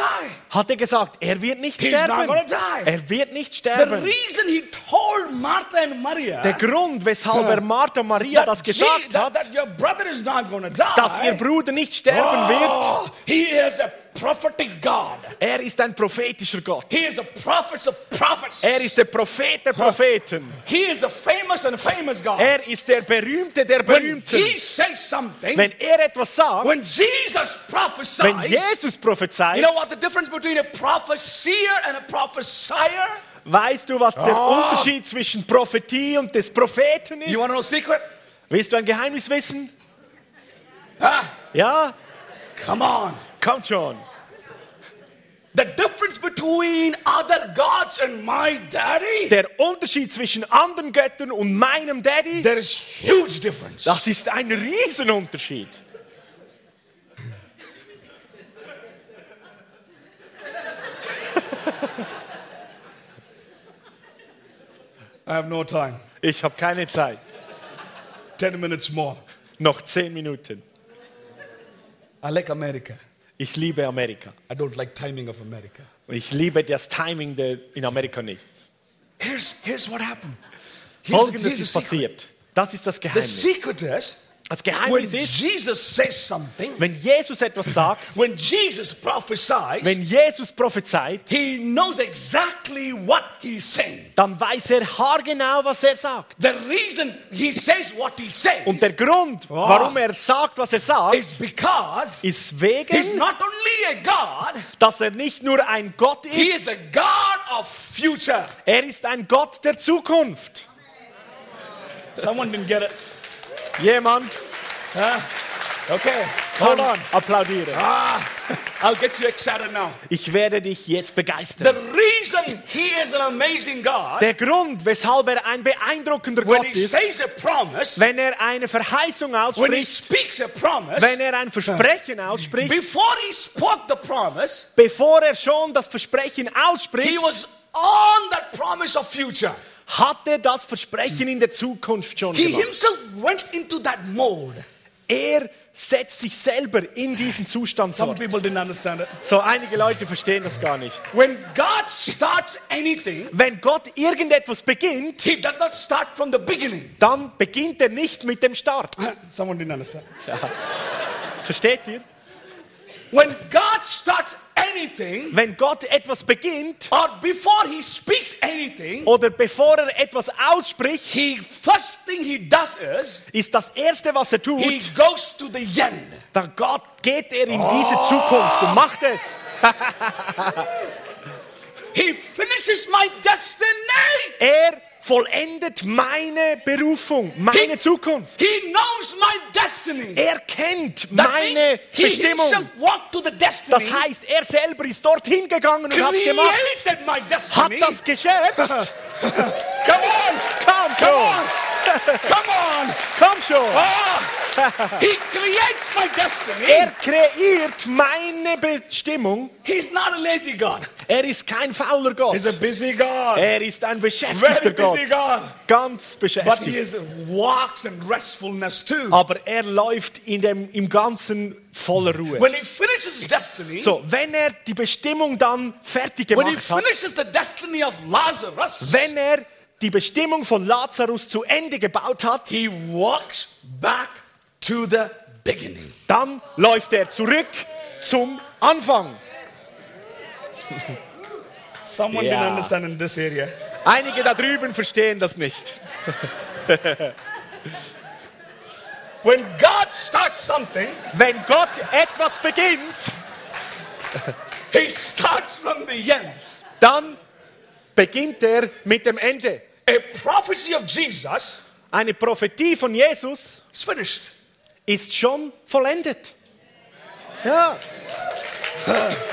hat er gesagt, er wird nicht
He's not
sterben.
gonna die.
Er wird nicht
The
sterben.
reason he told Martha and Maria
Der Grund, weshalb er Martha Maria das
Je-
gesagt
that,
hat,
that your brother is not going to die,
dass ihr Bruder nicht sterben wird,
oh, he is a prophetic God.
er ist ein prophetischer Gott.
He is a prophet of prophets.
Er ist der Prophet der Propheten.
he is a famous and famous God.
Er ist der Berühmte der
when he
Berühmten.
says something,
Wenn er etwas sagt,
when Jesus prophesies,
wenn Jesus
You
prophezeit,
know what the difference between a propheseer and a prophesier?
Weißt du, was der
Ah.
Unterschied zwischen Prophetie und des Propheten ist?
You want to know a secret?
Willst du ein Geheimnis wissen?
Ah,
Ja?
come on.
Kommt schon.
The difference between other gods and my daddy,
Der Unterschied zwischen anderen Göttern und meinem Daddy,
there is huge difference.
das ist ein Riesenunterschied.
I have no time.
Ich habe keine Zeit.
Ten minutes more.
Noch zehn Minuten.
I like America.
Ich liebe Amerika.
I don't like timing of America.
Und ich liebe das Timing der in Amerika nicht.
Here's, here's what happened. Here's the, here's
Folgendes
the
ist
secret.
passiert. Das ist das
The
Geheimnis.
secret is
Das
when
Geheimnis ist,
Jesus says something,
wenn Jesus etwas sagt,
when Jesus prophesies,
wenn Jesus prophezeit,
he knows exactly what he's saying.
dann weiß er haargenau, was er sagt.
The reason he says what he says
Und der Grund, warum er sagt, was er sagt,
is because
ist
he's
wegen,
not only a God,
dass er nicht nur ein Gott
he is
ist,
a God of future.
er ist ein Gott der Zukunft.
Someone didn't get it.
Jemand
Okay,
kann
hold on. Ah,
applaudieren.
I'll get you excited now.
Ich werde dich jetzt
The
begeistern.
reason he is an amazing God,
Der Grund, weshalb er ein beeindruckender
when
Gott
he
ist,
says a promise,
wenn er eine Verheißung
when he
ausspricht,
speaks a promise,
wenn er ein Versprechen ausspricht,
before he spoke the promise,
bevor er schon das Versprechen
he
ausspricht,
was on that promise of future.
hat er das Versprechen in der Zukunft schon
He
gemacht.
himself went into that mode.
Er setzt sich selber in diesen Zustand
Some
dort.
people didn't understand it.
So, einige Leute verstehen das gar nicht.
When God starts anything,
Wenn Gott irgendetwas beginnt,
He does not start from the beginning.
dann beginnt er nicht mit dem Start.
*laughs* Someone didn't understand.
Versteht ihr?
When God starts
anything,
Wenn Gott etwas beginnt
or before he speaks anything,
oder bevor er etwas ausspricht,
he first thing he does is
ist das Erste, was er
he
tut,
goes to the end.
da Gott geht er in diese Zukunft und macht es.
He finishes my destiny.
Er vollendet meine Berufung, meine
He-
Zukunft.
He knows my destiny.
Er kennt
That
meine
means he
Bestimmung.
himself walked to the destiny.
Das heißt, er selber ist dorthin gegangen und hat's gemacht,
created my
hat
destiny.
das
*laughs*
geschafft.
Come on,
Komm
come
schon,
on, come on.
komm
*laughs*
schon.
Ah, he creates my destiny.
Er kreiert meine Bestimmung.
He's not a lazy God.
Er ist kein fauler
He's a
Gott.
busy God.
Er ist ein beschäftigter
Very busy
Gott.
God.
Ganz
But he
beschäftigt.
is uh, walks in restfulness too.
Aber er läuft in dem, im Ganzen voller Ruhe.
When he finishes destiny,
So, wenn er die Bestimmung dann fertig
when he
gemacht hat,
finishes the destiny of Lazarus,
wenn er die Bestimmung von Lazarus zu Ende gebaut hat,
he walks back to the beginning.
dann läuft er zurück zum Anfang.
Someone
Yeah.
didn't understand in this area.
Einige da drüben verstehen das nicht.
When God starts something,
Wenn Gott etwas beginnt,
he starts from the end.
dann beginnt er mit dem Ende.
A prophecy of Jesus
Eine Prophetie von Jesus
is finished.
ist schon vollendet. Ja. *laughs*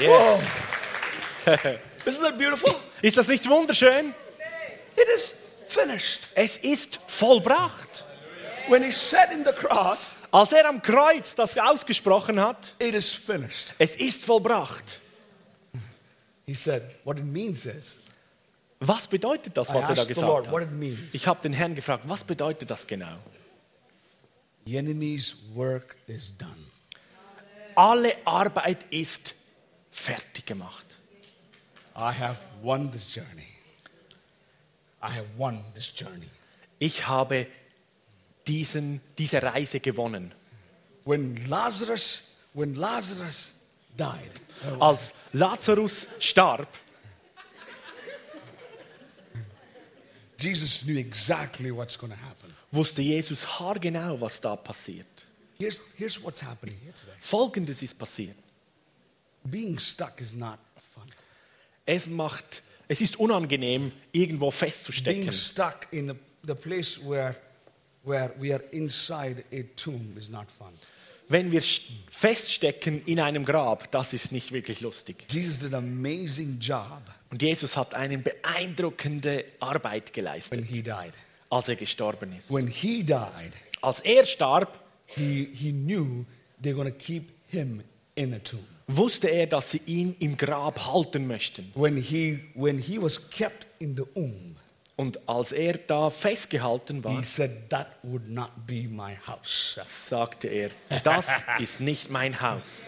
Yes.
Isn't that beautiful?
Ist das nicht wunderschön?
It is finished.
Es ist vollbracht.
When he said in the cross,
Als er am Kreuz das ausgesprochen hat,
it is finished.
es ist vollbracht.
He said, what it means is,
Was bedeutet das,
I
was er da
asked the Lord
gesagt
what
hat?
it means.
Ich habe den Herrn gefragt, was bedeutet das genau?
The enemy's work is done.
Alle Arbeit ist fertig gemacht.
I have won this journey. I have won this journey.
Ich habe diesen, diese Reise gewonnen.
When Lazarus, when Lazarus died,
Als Lazarus starb,
Jesus knew exactly what's going to happen.
wusste Jesus haargenau, was da passiert.
Here's, here's what's happening here today.
Folgendes ist passiert.
Being stuck is not fun.
Es, macht, es ist unangenehm, irgendwo festzustecken.
Being stuck in the, the place where, where we are inside a tomb is not fun.
Wenn wir st- feststecken in einem Grab, das ist nicht wirklich lustig.
Jesus did an amazing job
Und Jesus hat eine beeindruckende Arbeit
when
geleistet,
he died.
als er gestorben ist.
When he died,
Als er starb,
he, he knew they're going to keep him in a tomb.
wusste er, dass sie ihn im Grab halten möchten.
When he, when he was kept in the Umm, womb,
Und als er da festgehalten
he
war,
said, That would not be my house.
sagte er,
*laughs*
das ist nicht mein Haus.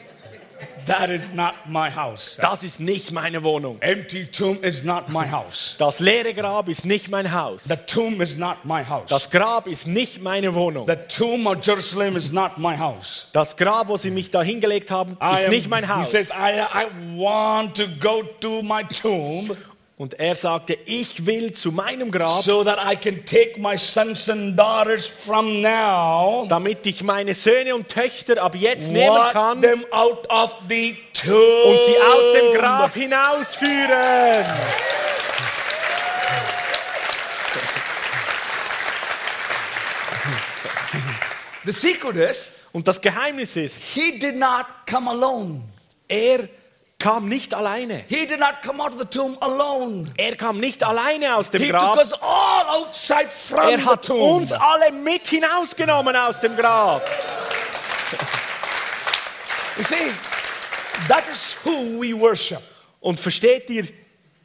That is not my house.
Das ist nicht meine Wohnung.
Empty tomb is not my house.
Das leere Grab ist nicht mein Haus.
The tomb is not my house.
Das Grab ist nicht meine Wohnung.
The tomb of Jerusalem is not my house.
Das Grab, wo sie mich da hingelegt haben,
I
ist
am-
nicht mein
He
Haus.
says, I, I want to go to my tomb
Und er sagte, ich will zu meinem Grab,
so that I can take my sons and daughters from now,
damit ich meine Söhne und Töchter ab jetzt nehmen
walk
kann
them out of the tomb.
und sie aus dem Grab hinausführen.
The secret is
Und das Geheimnis ist,
he did not come alone.
er kam nicht alleine.
He did not come out of the tomb alone.
Er kam nicht alleine aus dem
He took
Grab.
us all outside from
Er hat
the tomb.
uns alle mit hinausgenommen aus dem Grab.
You see, that is who we worship.
Und versteht ihr,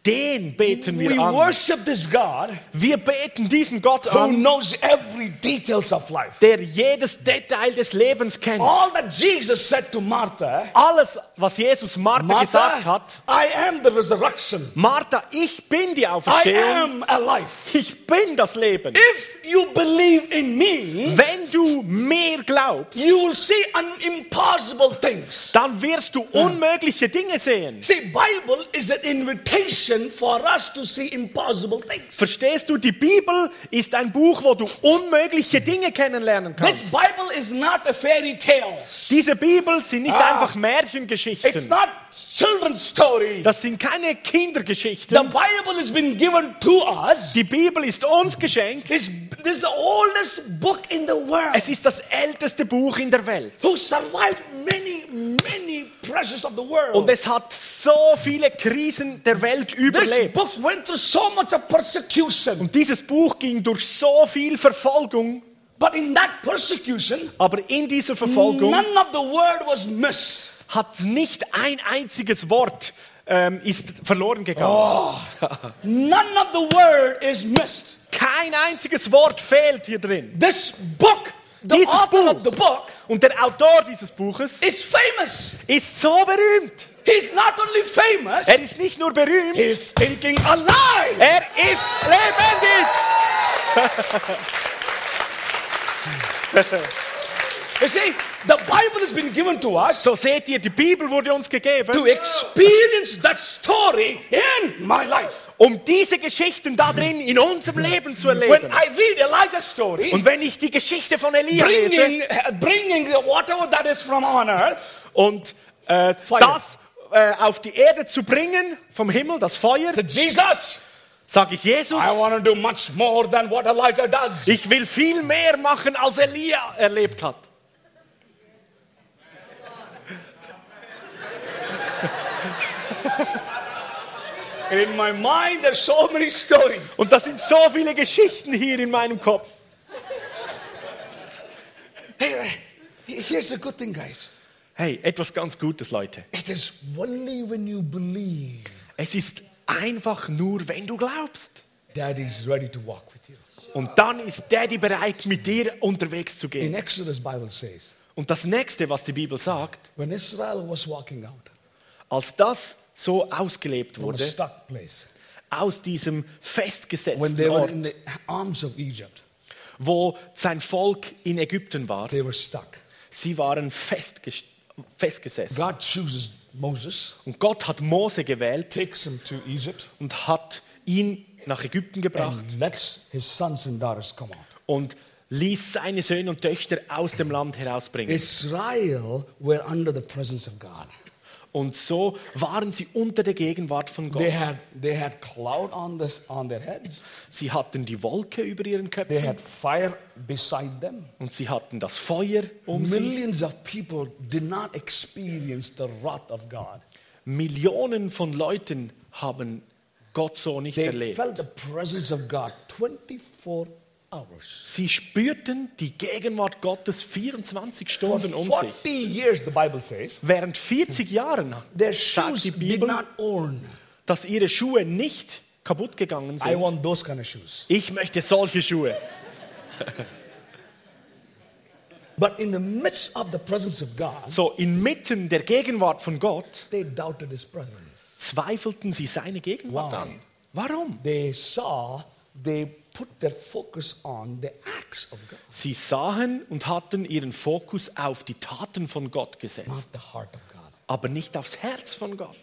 den beten
We
wir an.
worship this God
Wir beten diesen Gott
who
an,
knows every details of life.
der jedes Detail des Lebens kennt.
All that Jesus said to Martha,
Alles, was Jesus Martha gesagt
Martha,
hat,
I am the resurrection.
Martha, ich bin die
I am
Auferstehung,
alive.
ich bin das Leben.
If you believe in me,
Wenn du mir glaubst,
you will see un- impossible things.
dann wirst du unmögliche Dinge sehen.
See, Bible is an invitation for us to see impossible things.
Verstehst du, die Bibel ist ein Buch, wo du unmögliche Dinge kennenlernen kannst.
This Bible is not a fairy tale.
Diese Bibel sind nicht
Ah.
einfach
It's
Märchengeschichten.
not children's story.
Das sind keine
The
Kindergeschichten.
Bible has been given to us.
Die Bibel ist uns geschenkt.
This, this is the oldest book in the world
Es ist das älteste Buch in der Welt.
who survived many, many pressures of the
Und
world.
es hat so viele Krisen der Welt
This
überlebt.
book went through so much of persecution.
Und dieses Buch ging durch so viel Verfolgung.
But in that persecution,
Aber in dieser Verfolgung
none of the word was missed.
hat nicht ein einziges Wort ähm, ist verloren gegangen.
Oh. None of the word is missed.
Kein einziges Wort fehlt hier drin.
This book, the
Dieses
author
Buch.
of the book,
Und der Autor dieses Buches
is famous.
ist so berühmt.
He's not only famous,
Er ist nicht nur berühmt,
he's thinking alive.
er ist lebendig.
You see, the Bible has been given to us
So seht ihr, die Bibel wurde uns gegeben,
to experience that story in my life.
um diese Geschichten da drin in unserem Leben zu
When
erleben.
I read Elijah's story,
Und wenn ich die Geschichte von Elia lese
bringing, bringing whatever that is from on earth,
und äh, das äh, auf die Erde zu bringen, vom Himmel, das Feuer,
to Jesus,
sage ich Jesus,
I want to do much more than what Elijah does.
ich will viel mehr machen, als Elia erlebt hat.
In my mind, there's so many stories.
Und das sind so viele Geschichten hier in meinem Kopf.
Here's the good thing, guys.
Hey, etwas ganz Gutes, Leute.
It is only when you believe
Es ist einfach nur, wenn du glaubst.
Daddy is ready to walk with you.
Und dann ist Daddy bereit, mit dir unterwegs zu
In
gehen.
Exodus, Bible says,
Und das nächste, was die Bibel sagt,
when Israel was walking out
als das so ausgelebt
from a
wurde,
stuck place,
aus diesem
when
festgesetzten
they were
Ort,
in the arms of Egypt,
wo sein Volk in Ägypten war,
they were stuck.
sie waren festges- festgesessen.
God chooses Moses,
Und Gott hat Mose gewählt
takes him to Egypt,
und hat ihn nach Ägypten gebracht
and lets his sons and daughters come out.
und ließ seine Söhne und Töchter aus dem Land herausbringen.
Israel were under the presence of God.
Und so waren sie unter der Gegenwart von
They
Gott.
had, they had cloud on, this, on their heads.
Sie hatten die Wolke über ihren
They
Köpfen
had fire beside them.
und sie hatten das Feuer um sie.
Millions of people did not experience the wrath of God.
Millionen von Leuten haben Gott so nicht
They
erlebt.
felt the presence of God 24 hours.
Sie spürten die Gegenwart Gottes 24
For
Stunden um sich.
40 years, the Bible says,
Während 40 Jahren
their
sagt
shoes
die
did
Bibel,
not worn.
dass ihre Schuhe nicht kaputt gegangen
I
sind.
want those kind of shoes.
Ich möchte solche Schuhe.
But in the midst of the presence of God,
So, inmitten der Gegenwart von Gott
they doubted his presence.
zweifelten sie seine Gegenwart
Why?
an. Warum?
They saw, they put their focus on the acts of God,
Sie sahen und hatten ihren Fokus auf die Taten von Gott gesetzt,
not the heart of God.
aber nicht aufs Herz von Gott.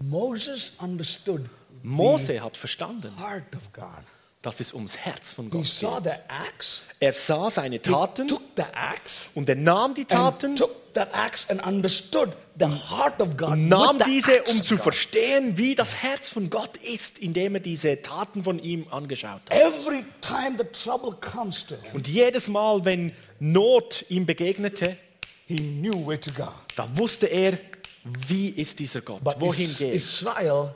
Moses understood
Mose hat verstanden,
heart of God.
dass es ums Herz von
He
Gott
saw
geht.
the acts,
Er sah seine
he
Taten
took the acts,
und er nahm die
and
Taten,
took the acts and understood the heart of God.
nahm
not the
diese,
acts
um
of
zu
God.
verstehen, wie das Herz von Gott ist, indem er diese Taten von ihm angeschaut hat.
Every time the trouble comes to him,
Und jedes Mal, wenn Not ihm begegnete,
he knew where to go.
da wusste er, wie ist dieser Gott,
But
wohin
Is-
geht.
Israel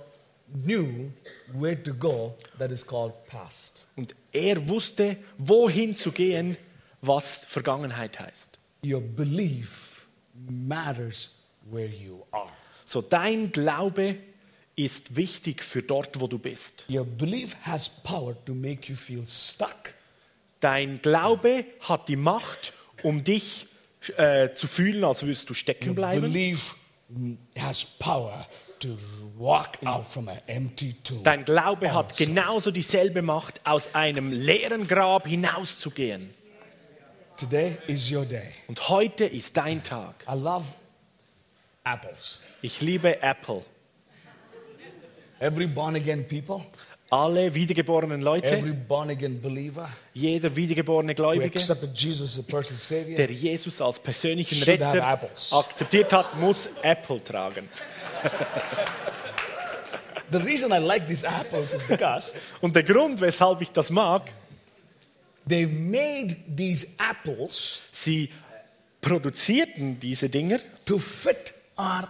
knew where to go that is called past.
Und er wusste, wohin zu gehen, was Vergangenheit heißt.
Your belief matters where you are.
So dein Glaube ist wichtig für dort, wo du bist.
Your belief has power to make you feel stuck.
Dein Glaube hat die Macht, um dich äh, zu fühlen, als würdest du stecken bleiben.
Belief mm, has power to walk out from an empty tomb.
Dein Glaube hat
Also.
genauso dieselbe Macht, aus einem leeren Grab hinauszugehen.
Today is your day.
Und heute ist dein Tag.
I love apples.
Ich liebe Apple.
Every born again people,
Alle wiedergeborenen Leute,
every born again believer
jeder wiedergeborene
who
Gläubige,
accepted Jesus as a personal savior
der Jesus als persönlichen
Should have
Retter
apples.
akzeptiert hat, muss Apple tragen.
The reason I like these apples is because
Und der Grund, weshalb ich das mag,
they made these apples
sie produzierten diese Dinger,
to fit our,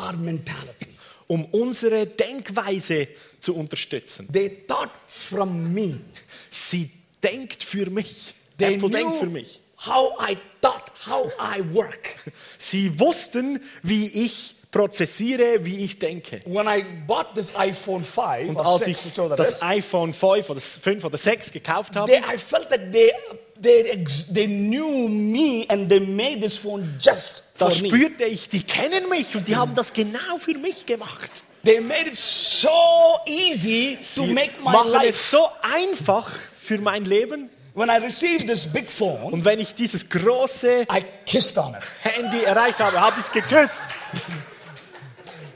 our mentality.
um unsere Denkweise zu unterstützen.
They thought from me.
Sie denkt für mich.
They
Apple
knew
denkt für mich.
how I thought, how I work.
Sie wussten, wie ich prozessiere, wie ich denke.
When I bought this iPhone 5
Und
or
als
6,
ich
whichever that
das
is,
iPhone 5 oder 5 oder 6 gekauft habe,
they, I felt that they, they, ex- they knew me and they made this phone just for
da
me.
spürte ich, die kennen mich und die haben das genau für mich gemacht.
They made it so easy to
Die
make my
machen
life.
es so einfach für mein Leben.
When I received this big phone,
Und wenn ich dieses große
I kissed on it.
Handy erreicht habe, habe ich es geküsst.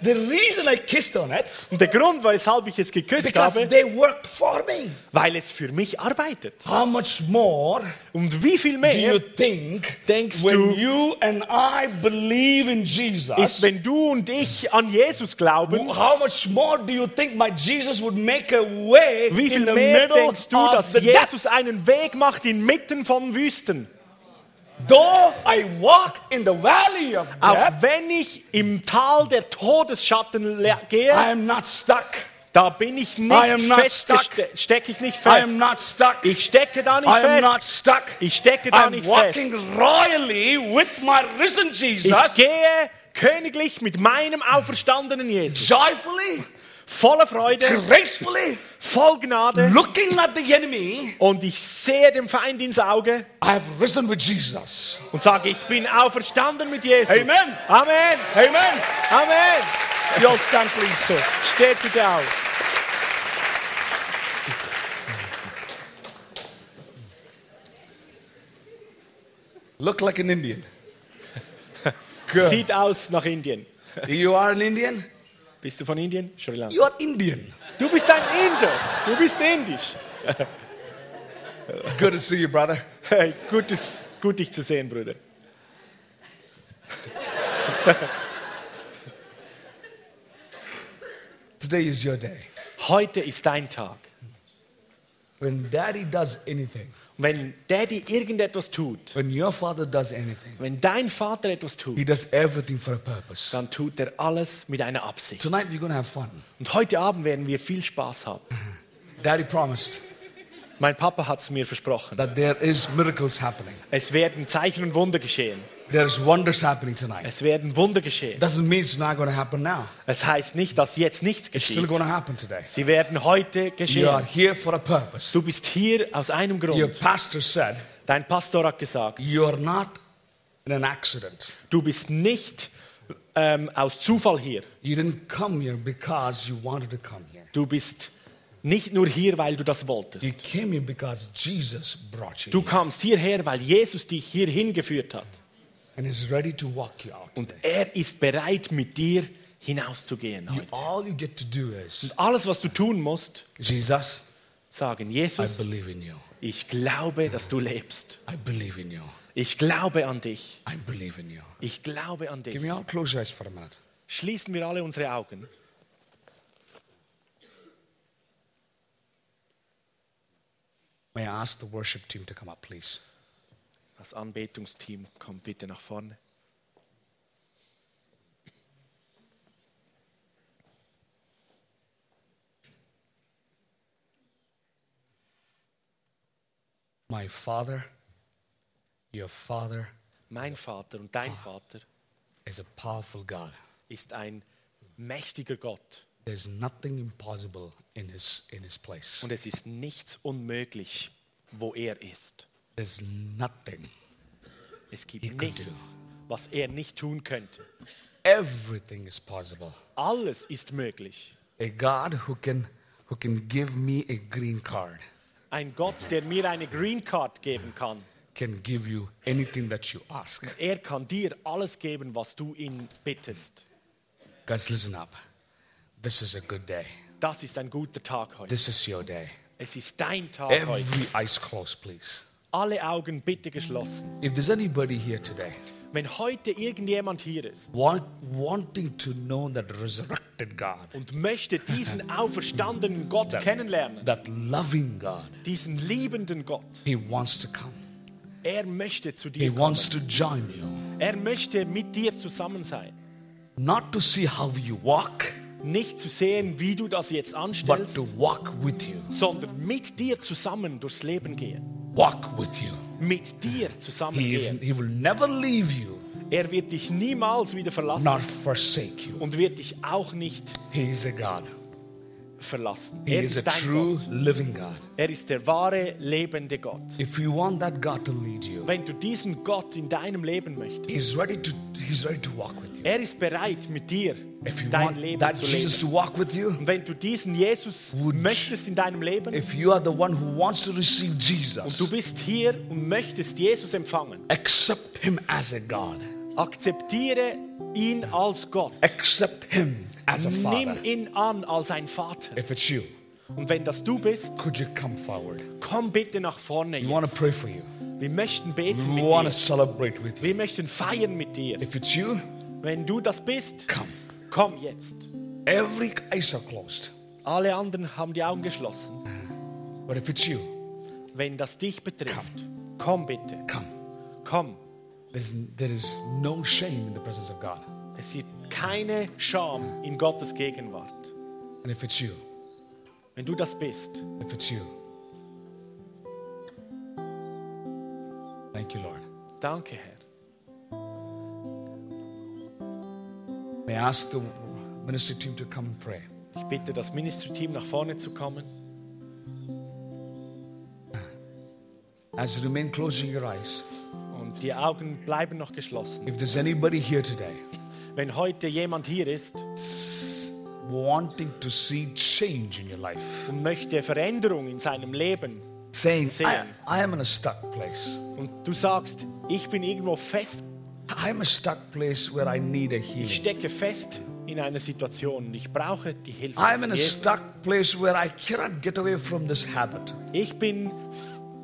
The reason I kissed on it,
Und der Grund, weshalb ich es geküsst
because
habe,
they worked for me.
weil es für mich arbeitet.
How much more
Und wie viel
do you
mehr
think
Denkst
when
du-
you and I believe in
ist,
Jesus?
wenn du und ich an Jesus glauben,
How much more do you think my Jesus would make a way
wie
in
viel
the
mehr
middle
denkst du,
of
dass
the death?
Jesus einen Weg macht inmitten von Wüsten?
Though I walk in the valley of
Auch
death,
wenn ich im Tal der Todesschatten le- gehe,
I am not stuck.
da bin ich
I am
nicht
not
fest,
stuck.
stecke ich nicht
I am
fest.
not stuck.
Ich stecke da nicht
I am not
fest.
stuck.
Ich stecke da
I'm
nicht
walking
fest.
royally with my risen
Ich
Jesus,
gehe königlich mit meinem auferstandenen Jesus.
joyfully,
Voller Freude,
gracefully,
voll Gnade.
looking at the enemy.
Und ich sehe dem Feind ins Auge
I have risen with Jesus.
und sage, ich bin auferstanden mit Jesus.
Amen.
Amen.
Amen.
Amen.
You'll stand, please, sir.
Steht bitte auf.
Look like an Indian.
Sieht aus nach Indien.
You are an Indian?
Bist du von Indien? Sri Lanka.
You are Indian.
Du bist ein Inder. Du bist indisch.
Good to see you, brother.
Hey, gutes, gut dich zu sehen, Bruder.
Today is your day.
Heute ist dein Tag.
When daddy does anything,
Und Wenn Daddy irgendetwas tut,
when your father does anything,
wenn dein Vater etwas
he
tut,
does everything for a purpose.
dann tut er alles mit einer Absicht.
Tonight we're going to have fun.
Und heute Abend werden wir viel Spaß haben.
Daddy promised
Mein Papa hat es mir versprochen.
that there is miracles happening.
Es werden Zeichen und Wunder geschehen.
There's wonders happening tonight.
Es werden Wunder geschehen.
Doesn't mean it's not going to happen now.
Es heißt nicht, dass jetzt nichts
It's still
geschieht.
going to happen today.
Sie werden heute
You are
geschehen.
here for a purpose.
Du bist hier aus einem
Your
Grund.
pastor said,
Dein Pastor hat gesagt,
You are not in an accident.
du bist nicht ähm, aus Zufall hier.
You didn't come here because you wanted to come here.
Du bist nicht nur hier, weil du das
You
wolltest.
came here because Jesus brought you.
Du kamst hierher, weil Jesus dich hier hingeführt hat.
and is ready to walk you out
Und
today.
er ist bereit, mit dir hinauszugehen
You,
heute.
all you get to do is,
Alles, was du tun musst,
Jesus,
sagen,
I
Jesus,
believe in you.
ich glaube, dass du lebst.
I believe in you.
Ich glaube an dich.
I believe in you.
Ich glaube an
Give
dich.
me all close your eyes for a minute.
Schließen wir alle unsere Augen.
May I ask the worship team to come up, please?
Das Anbetungsteam kommt bitte nach vorne.
My father, your father
Mein Vater und dein Vater
is a powerful God.
ist ein mächtiger Gott.
There's nothing impossible in his, in his place.
Und es ist nichts unmöglich, wo er ist.
There's nothing.
Es gibt nichts, was er nicht tun könnte.
Everything is possible.
Alles ist möglich.
A God who can, who can give me a green card
Ein Gott, der mir eine Green Card geben kann.
can give you anything that you ask.
Er kann dir alles geben, was du ihn bittest.
Guys, listen up. This is a good day.
Das ist ein guter Tag heute.
This is your day.
Es ist dein Tag heute.
Every eyes closed, please.
Alle Augen bitte geschlossen.
If there's anybody here today
Wenn heute irgendjemand hier ist
want, wanting to know that resurrected God,
und
*laughs*
möchte diesen auferstandenen Gott kennenlernen,
that loving God,
diesen liebenden Gott,
He wants to come.
er möchte zu
He
dir kommen.
wants to join you.
Er möchte mit dir zusammen sein.
Not to see how you walk,
Nicht zu sehen, wie du das jetzt
but
anstellst,
to walk with you.
sondern mit dir zusammen durchs Leben gehen.
Walk with you.
Mit dir zusammen
He, is,
gehen.
he will never leave you
Er wird dich niemals wieder
nor
verlassen
forsake you.
und wird dich auch nicht
He is a God.
verlassen.
He
Er
is a
ist dein
true
Gott.
Living God.
Er ist der wahre, lebende Gott.
If you want that God to lead you,
Wenn du diesen Gott in deinem Leben möchtest,
He's ready to He's ready to walk with you.
er ist bereit, mit dir
If you
dein
want
Leben
that
zu leben.
Jesus to walk with you,
Und wenn du diesen Jesus
Would-
möchtest in deinem Leben
if you are the one who wants to receive
und
Jesus,
du bist hier und möchtest Jesus empfangen,
accept Him as a God,
akzeptiere ihn als Gott.
accept Him as a Father.
Nimm ihn an als ein Vater.
If it's you,
Und wenn das du bist,
could you come forward?
komm bitte nach vorne
We want to
jetzt.
pray for you.
Wir möchten beten
We
mit
want to
dir.
celebrate with you.
Wir möchten feiern mit dir.
If it's you,
Wenn du das bist,
come.
komm jetzt.
Every eyes are closed.
Alle anderen haben die Augen geschlossen.
But if it's you,
Wenn das dich betrifft, komm bitte.
come.
Komm.
There's, there is no shame in the presence of God.
Es gibt keine Scham in Gottes Gegenwart.
And if it's you,
Wenn du das bist,
if it's you, thank you, Lord.
danke Herr.
May I ask the ministry team to come and pray.
Ich bitte das Ministry-Team nach vorne zu kommen.
As you remain closing your eyes,
Und die Augen bleiben noch geschlossen.
if there's anybody here today
Wenn heute jemand hier ist
wanting to see change in your life,
und möchte Veränderung in seinem Leben
saying, I,
Saying.
I am in a stuck place.
und du sagst, ich bin irgendwo fest,
I'm a stuck place where I need a
ich
healing.
stecke fest in einer Situation und ich brauche die Hilfe.
I'm
von
in a
Jesus.
stuck place where I cannot get away from this habit.
Ich bin,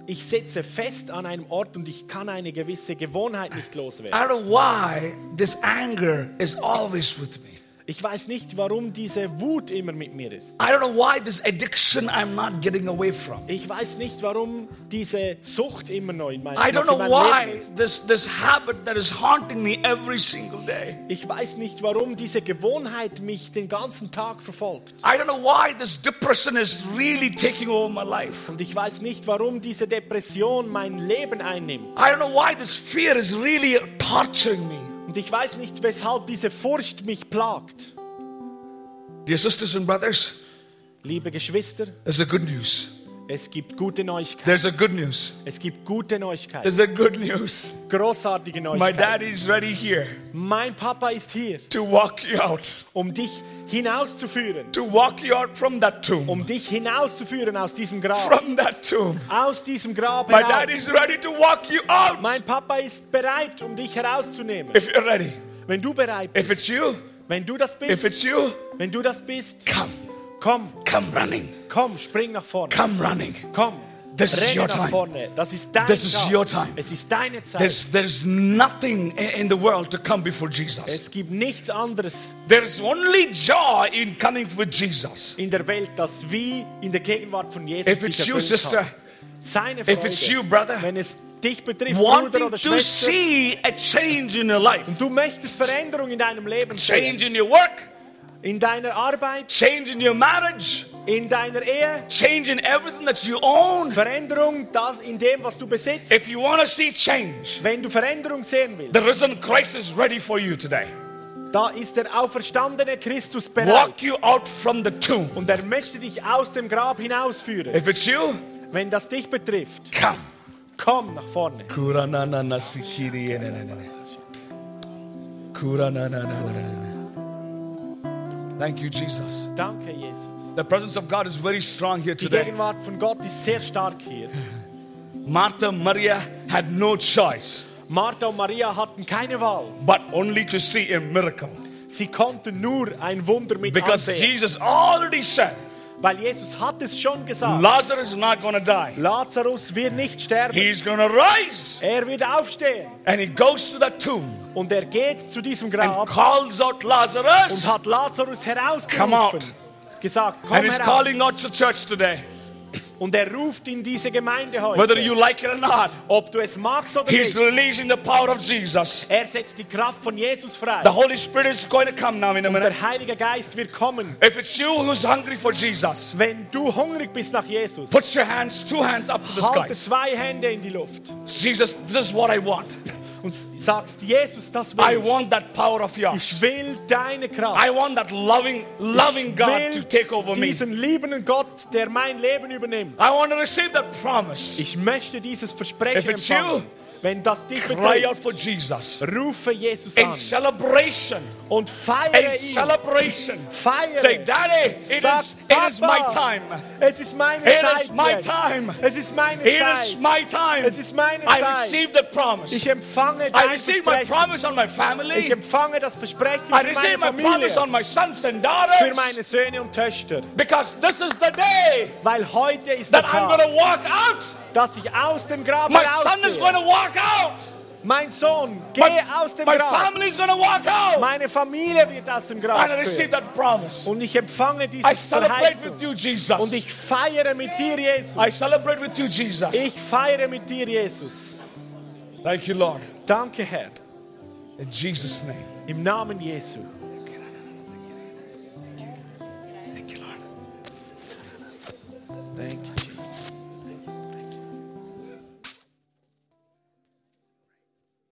ich sitze fest an einem Ort und ich kann eine gewisse Gewohnheit nicht loswerden.
I don't know why this anger is always with me.
Ich weiß nicht, warum diese Wut immer mit mir ist.
I don't know why this addiction I'm not getting away from.
Ich weiß nicht, warum diese Sucht immer noch in meinem,
I don't
noch in
know
meinem Leben
why
ist.
this, this habit that is haunting me every single day.
Ich weiß nicht, warum diese Gewohnheit mich den ganzen Tag verfolgt.
I don't know why this depression is really taking over my life.
Und ich weiß nicht, warum diese Depression mein Leben einnimmt.
I don't know why this fear is really torturing me.
Und ich weiß nicht, weshalb diese Furcht mich plagt.
Dear sisters and brothers,
Liebe Geschwister,
there's a good news.
es gibt gute Neuigkeiten.
There's a good news.
Es gibt gute Neuigkeiten.
There's a good news.
Großartige
My
Neuigkeiten.
daddy's ready here
Mein Papa ist hier,
to walk you out,
um dich hinauszuführen.
to walk you out from that tomb.
Um dich hinauszuführen aus diesem Grab.
From that tomb.
Aus diesem Grab
My
hinaus.
daddy's ready to walk you out.
Mein Papa ist bereit, um dich herauszunehmen.
If you're ready,
Wenn du bereit
if
bist,
it's you,
wenn du das
if
bist,
it's you,
wenn du das bist,
come,
komm,
come running,
komm, spring nach vorne.
come running.
Komm,
This is
renne
your
nach
time.
vorne. Das ist dein
This is
Tag.
your time.
Es ist deine Zeit.
There's, there's nothing i- in the world to come before Jesus.
es gibt nichts anderes
There's only joy in coming with Jesus.
in der Welt, das wie in der Gegenwart von Jesus
If
dich
it's you,
erfüllen
sister,
kann. Seine Freude,
if it's you, brother,
wenn es dich betrifft, Bruder
wanting
oder
to
Schwester,
see a change in your life,
du möchtest Veränderung in deinem Leben sehen.
change in your work,
In deiner Arbeit,
change in your marriage,
in deiner Ehe,
change in everything that you own.
Veränderung das in dem, was du besitzt.
If you want to see change,
Wenn du Veränderung sehen willst,
the risen Christ is ready for you today.
Da ist der auferstandene Christus bereit
walk you out from the tomb.
und er möchte dich aus dem Grab hinausführen.
If it's you,
Wenn das dich betrifft,
come.
komm nach vorne.
Kuranana sikiri enenene. Kuranana. Thank you, Jesus.
Danke, Jesus.
The presence of God is very strong here
Die
today.
Gegenwart von Gott ist sehr stark hier.
Martha, Maria had no choice
Martha und Maria hatten keine Wahl.
but only to see a miracle
Sie konnten nur ein Wunder mit
because
ansehen,
Jesus already said
weil Jesus hat es schon gesagt.
Lazarus is not going to die.
Lazarus wird nicht sterben.
He's going to rise.
Er wird aufstehen
And he goes to that tomb
und er geht zu diesem
and
Grab
calls out
und
Lazarus.
hat Lazarus
Come out.
herausgerufen. Gesagt, komm
And he's
heraus.
calling out to church today.
Und er ruft in diese Gemeinde
Whether you
heute.
like it or not,
Ob du es magst oder
he's
nicht,
releasing the power of Jesus.
er setzt die Kraft von Jesus frei.
The Holy Spirit is going to come now in a minute.
Der Heilige Geist wird kommen.
If it's you who's hungry for Jesus,
Wenn du hungrig bist nach Jesus,
put your hands, two hands up to the
halte
skies.
zwei Hände in die Luft
Jesus, this is what I want.
und sagst, Jesus, das
I
will ich.
want that power of yours.
Ich will deine
I
Kraft.
want that loving, loving God to take over
will
me.
diesen liebenden Gott, der mein Leben übernimmt.
I want to receive that promise.
Ich möchte dieses
If
Versprechen
it's you,
empfangen. Wenn das dich
Cry out
betrifft,
for Jesus.
rufe Jesus
In
an
celebration,
und feiere
in
ihn.
celebration,
Feiere.
say, Daddy, it
Sag,
is, it is my
Papa,
time.
Es ist meine
It
Zeit.
is my
jetzt.
time.
Es ist meine
It
Zeit.
is my time.
Es ist meine
I
Zeit.
received the promise.
ich empfange
I
dein
received my
Versprechen.
promise on my
Ich
family.
empfange das Versprechen
I
für meine
received my promise
Familie,
on my sons and
für
daughters.
meine Söhne und Töchter.
Because this is the day
Weil heute ist der
that I'm
Tag,
going to walk out.
dass ich aus dem Grab
My son is going
herausgehe.
to walk out.
Mein Sohn, geh
My,
aus dem
my
Grab.
family is going to walk out.
Meine Familie wird aus dem Grab
And I
gehen.
received that promise.
Und ich empfange
I
dieses
celebrate
Verheißung.
with you,
Und
Jesus.
ich feiere mit dir,
I
Jesus.
celebrate with you, Jesus.
Ich feiere mit dir, Jesus.
Thank you, Lord.
Danke, Herr.
In Jesus' name.
Im Namen Jesu.